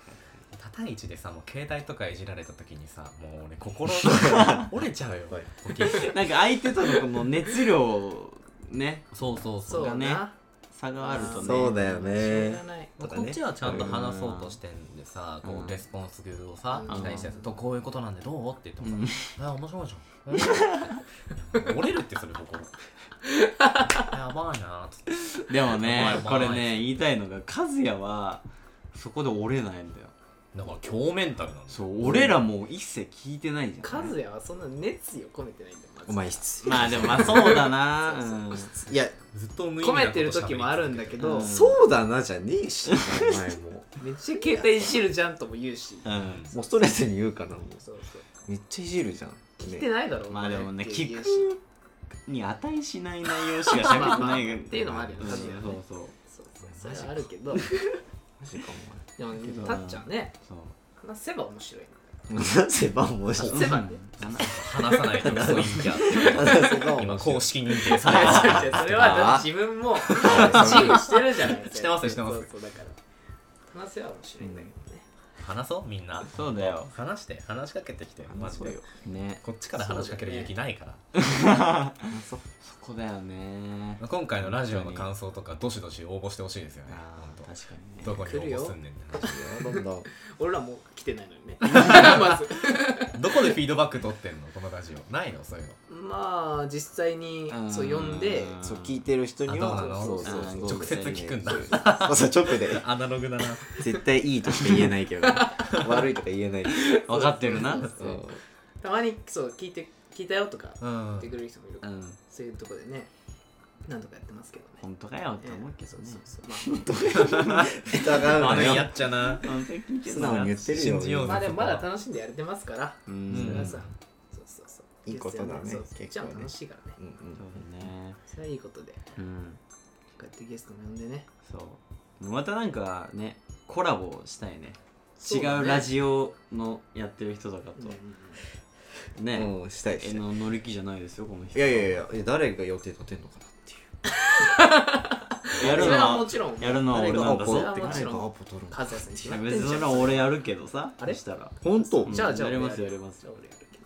[SPEAKER 5] 高い位置でさもう携帯とかいじられた時にさもう俺心 が折れちゃうよ時々
[SPEAKER 3] なんか相手とのこの熱量ね
[SPEAKER 5] そうそうそ
[SPEAKER 1] そうう
[SPEAKER 3] だ
[SPEAKER 1] だ
[SPEAKER 3] ね
[SPEAKER 1] な
[SPEAKER 3] 差があるとね
[SPEAKER 2] そうだよね
[SPEAKER 1] 知らない
[SPEAKER 5] ま
[SPEAKER 2] と
[SPEAKER 5] あ
[SPEAKER 2] か
[SPEAKER 5] こ
[SPEAKER 2] ね
[SPEAKER 5] っちはちゃんと話そうとしてんでさ、
[SPEAKER 3] うん
[SPEAKER 5] こうレスポンスをさ、
[SPEAKER 1] うん
[SPEAKER 5] 期待してさとこういうことなんでどうって言って
[SPEAKER 3] う
[SPEAKER 5] も
[SPEAKER 3] ん
[SPEAKER 5] さ「あ面白いじゃん面白い」って 折れるってそれ 心やばいなーっつって
[SPEAKER 3] でもね
[SPEAKER 5] お
[SPEAKER 3] こ
[SPEAKER 5] 前
[SPEAKER 3] れ
[SPEAKER 5] お前
[SPEAKER 3] ね言いたいのが和也はそこで折れないんだよ
[SPEAKER 5] だから強メンタルなんだよ
[SPEAKER 3] そう俺らもう一切聞いてないじゃ
[SPEAKER 1] 和
[SPEAKER 3] ん、
[SPEAKER 1] 也はそんな熱意を込めてないんだよまず
[SPEAKER 2] お前失
[SPEAKER 3] まあでもまあそうだな
[SPEAKER 1] そうそう
[SPEAKER 3] うん
[SPEAKER 2] 礼いや
[SPEAKER 5] ずっと無意味
[SPEAKER 1] 込め
[SPEAKER 5] なこと
[SPEAKER 1] てる時もあるんだけど、
[SPEAKER 3] うん
[SPEAKER 2] そうだなじゃねえしお前 も
[SPEAKER 1] めっちゃ携帯いじるじゃんとも言うし、
[SPEAKER 3] うん
[SPEAKER 2] もうストレスに言うかなもう
[SPEAKER 1] そうそう
[SPEAKER 2] めっちゃいじるじゃん
[SPEAKER 1] 聞いて
[SPEAKER 2] ね
[SPEAKER 1] ないだろ、お
[SPEAKER 3] まあ
[SPEAKER 1] 前
[SPEAKER 3] でもね
[SPEAKER 1] って言
[SPEAKER 3] 聞
[SPEAKER 1] う
[SPEAKER 3] く
[SPEAKER 1] し
[SPEAKER 3] に値しない内容しか喋ってない
[SPEAKER 1] っていうのもあるよね
[SPEAKER 3] うん
[SPEAKER 1] 和也はね
[SPEAKER 3] そうそう
[SPEAKER 1] そうそうそれはあるけど
[SPEAKER 2] マジか
[SPEAKER 1] でも
[SPEAKER 3] けど
[SPEAKER 1] たっちゃんね
[SPEAKER 3] そう
[SPEAKER 1] 話せば面白い
[SPEAKER 2] お前話せば面白い
[SPEAKER 1] 話せばね
[SPEAKER 3] だな
[SPEAKER 5] 話さないと嘘いいキ ャって
[SPEAKER 2] 話せば面白い
[SPEAKER 5] 今公式認定され
[SPEAKER 1] 違
[SPEAKER 5] て
[SPEAKER 1] う違うそれはだって自分もチームしてるじゃないですか
[SPEAKER 5] してますしてます
[SPEAKER 1] そうそうだから話せば面白いんだけどね、
[SPEAKER 5] 話そうみんな
[SPEAKER 3] そうだよ
[SPEAKER 5] 話して話しかけてきてマジ
[SPEAKER 2] そう
[SPEAKER 5] で
[SPEAKER 2] よ
[SPEAKER 3] ね
[SPEAKER 5] こっちから話しかける勇気ないから、
[SPEAKER 2] そう
[SPEAKER 3] そこだよね
[SPEAKER 5] 今回のラジオの感想とかどしどし応募してほしいですよね
[SPEAKER 3] あー
[SPEAKER 5] 本
[SPEAKER 3] 確かに
[SPEAKER 5] 当
[SPEAKER 3] ね
[SPEAKER 5] どこに応募すんねんって話
[SPEAKER 2] どんどん
[SPEAKER 1] 俺らもう来てないのにねまず
[SPEAKER 5] どこでフィードバック取ってんのこのラジオないのそういうの
[SPEAKER 1] まあ実際にそう読んで
[SPEAKER 3] うん
[SPEAKER 2] そう聞いてる人には
[SPEAKER 5] あどうなの
[SPEAKER 2] そうそう
[SPEAKER 3] あ
[SPEAKER 2] そう
[SPEAKER 5] 直接聞くんだ
[SPEAKER 2] そうそう直で
[SPEAKER 5] アナログだな
[SPEAKER 2] 絶対いいとしか言えないけど 悪いとか言えないけど
[SPEAKER 3] 分かってるな
[SPEAKER 2] そう
[SPEAKER 1] たまにそう聞いて聞いたよとか
[SPEAKER 5] う
[SPEAKER 1] 言
[SPEAKER 5] ん
[SPEAKER 1] ってくれる人もいるか
[SPEAKER 3] う
[SPEAKER 1] ら、
[SPEAKER 3] ん
[SPEAKER 1] そういうとこでねなんとかやってますけどね
[SPEAKER 3] 本当かよって思うけど
[SPEAKER 1] そう
[SPEAKER 3] ね
[SPEAKER 1] そうそうま
[SPEAKER 2] 疑う
[SPEAKER 5] 悪
[SPEAKER 2] ないよ
[SPEAKER 5] やっちゃな
[SPEAKER 3] 本当に聞いてん
[SPEAKER 2] 素
[SPEAKER 3] の
[SPEAKER 2] 直
[SPEAKER 3] か
[SPEAKER 2] に言ってるよ
[SPEAKER 5] 信じよ
[SPEAKER 1] あ
[SPEAKER 5] う
[SPEAKER 1] まあでもまだ楽しんでやれてますから
[SPEAKER 2] う
[SPEAKER 1] それ
[SPEAKER 2] ん
[SPEAKER 1] はさそうそうそう
[SPEAKER 2] いいことだね
[SPEAKER 1] そうそう
[SPEAKER 2] 結
[SPEAKER 1] じゃ
[SPEAKER 2] 構
[SPEAKER 1] あ
[SPEAKER 2] ね
[SPEAKER 1] 楽しいからね
[SPEAKER 2] うんうん
[SPEAKER 3] そうだね
[SPEAKER 1] それはいいことでこ
[SPEAKER 3] うん
[SPEAKER 1] うやってゲストも呼んでね
[SPEAKER 3] そうまたなんかねコラボしたいね違
[SPEAKER 1] そうだね
[SPEAKER 3] うラジオのやってる人とか
[SPEAKER 1] うんうんうん
[SPEAKER 3] とね
[SPEAKER 2] うんしたい
[SPEAKER 3] え
[SPEAKER 2] し
[SPEAKER 3] の乗り気じゃないですよこの
[SPEAKER 2] い
[SPEAKER 3] 人
[SPEAKER 2] やいやいやえ誰が予定立てんのかなっていう
[SPEAKER 3] やる
[SPEAKER 1] それはも
[SPEAKER 3] の
[SPEAKER 1] ちろん
[SPEAKER 3] やるのは俺
[SPEAKER 2] 誰
[SPEAKER 3] な
[SPEAKER 2] が
[SPEAKER 3] ん
[SPEAKER 2] ア
[SPEAKER 3] だ
[SPEAKER 2] ポ
[SPEAKER 3] ぞ
[SPEAKER 1] それは
[SPEAKER 2] 誰が
[SPEAKER 1] もちろん
[SPEAKER 2] アポ取るの
[SPEAKER 1] 数々に決まってん
[SPEAKER 3] 別に
[SPEAKER 1] じ
[SPEAKER 3] そ
[SPEAKER 1] ゃん
[SPEAKER 3] れは俺やるけどさ
[SPEAKER 1] あれ
[SPEAKER 3] そしたら
[SPEAKER 2] 本当
[SPEAKER 1] じゃあじゃあ
[SPEAKER 3] やります
[SPEAKER 1] 俺や
[SPEAKER 3] よや
[SPEAKER 1] る
[SPEAKER 3] ります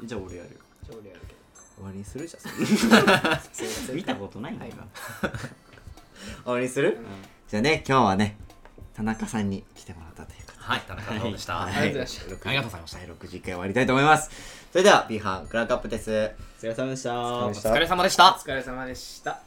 [SPEAKER 1] じゃあ
[SPEAKER 3] よ
[SPEAKER 1] 俺やるけどじ
[SPEAKER 3] じゃあ俺やるよ
[SPEAKER 1] ゃあ俺やるけ ど
[SPEAKER 2] 終わりにするじゃんそれ
[SPEAKER 1] すいません
[SPEAKER 3] 見たことないんだ
[SPEAKER 1] は
[SPEAKER 3] よ
[SPEAKER 1] い
[SPEAKER 2] 終わりにするじゃあね今日はね田中さんに来てもらったということで
[SPEAKER 5] はい田中どうでした、
[SPEAKER 1] いありがとうございました
[SPEAKER 5] ありがとうございました
[SPEAKER 2] 第60回終わりたいと思いますそれでは B 班クランクアップです
[SPEAKER 3] お疲れ様でした
[SPEAKER 2] お疲れ様で
[SPEAKER 5] お疲れ様でした
[SPEAKER 1] お疲れ様でした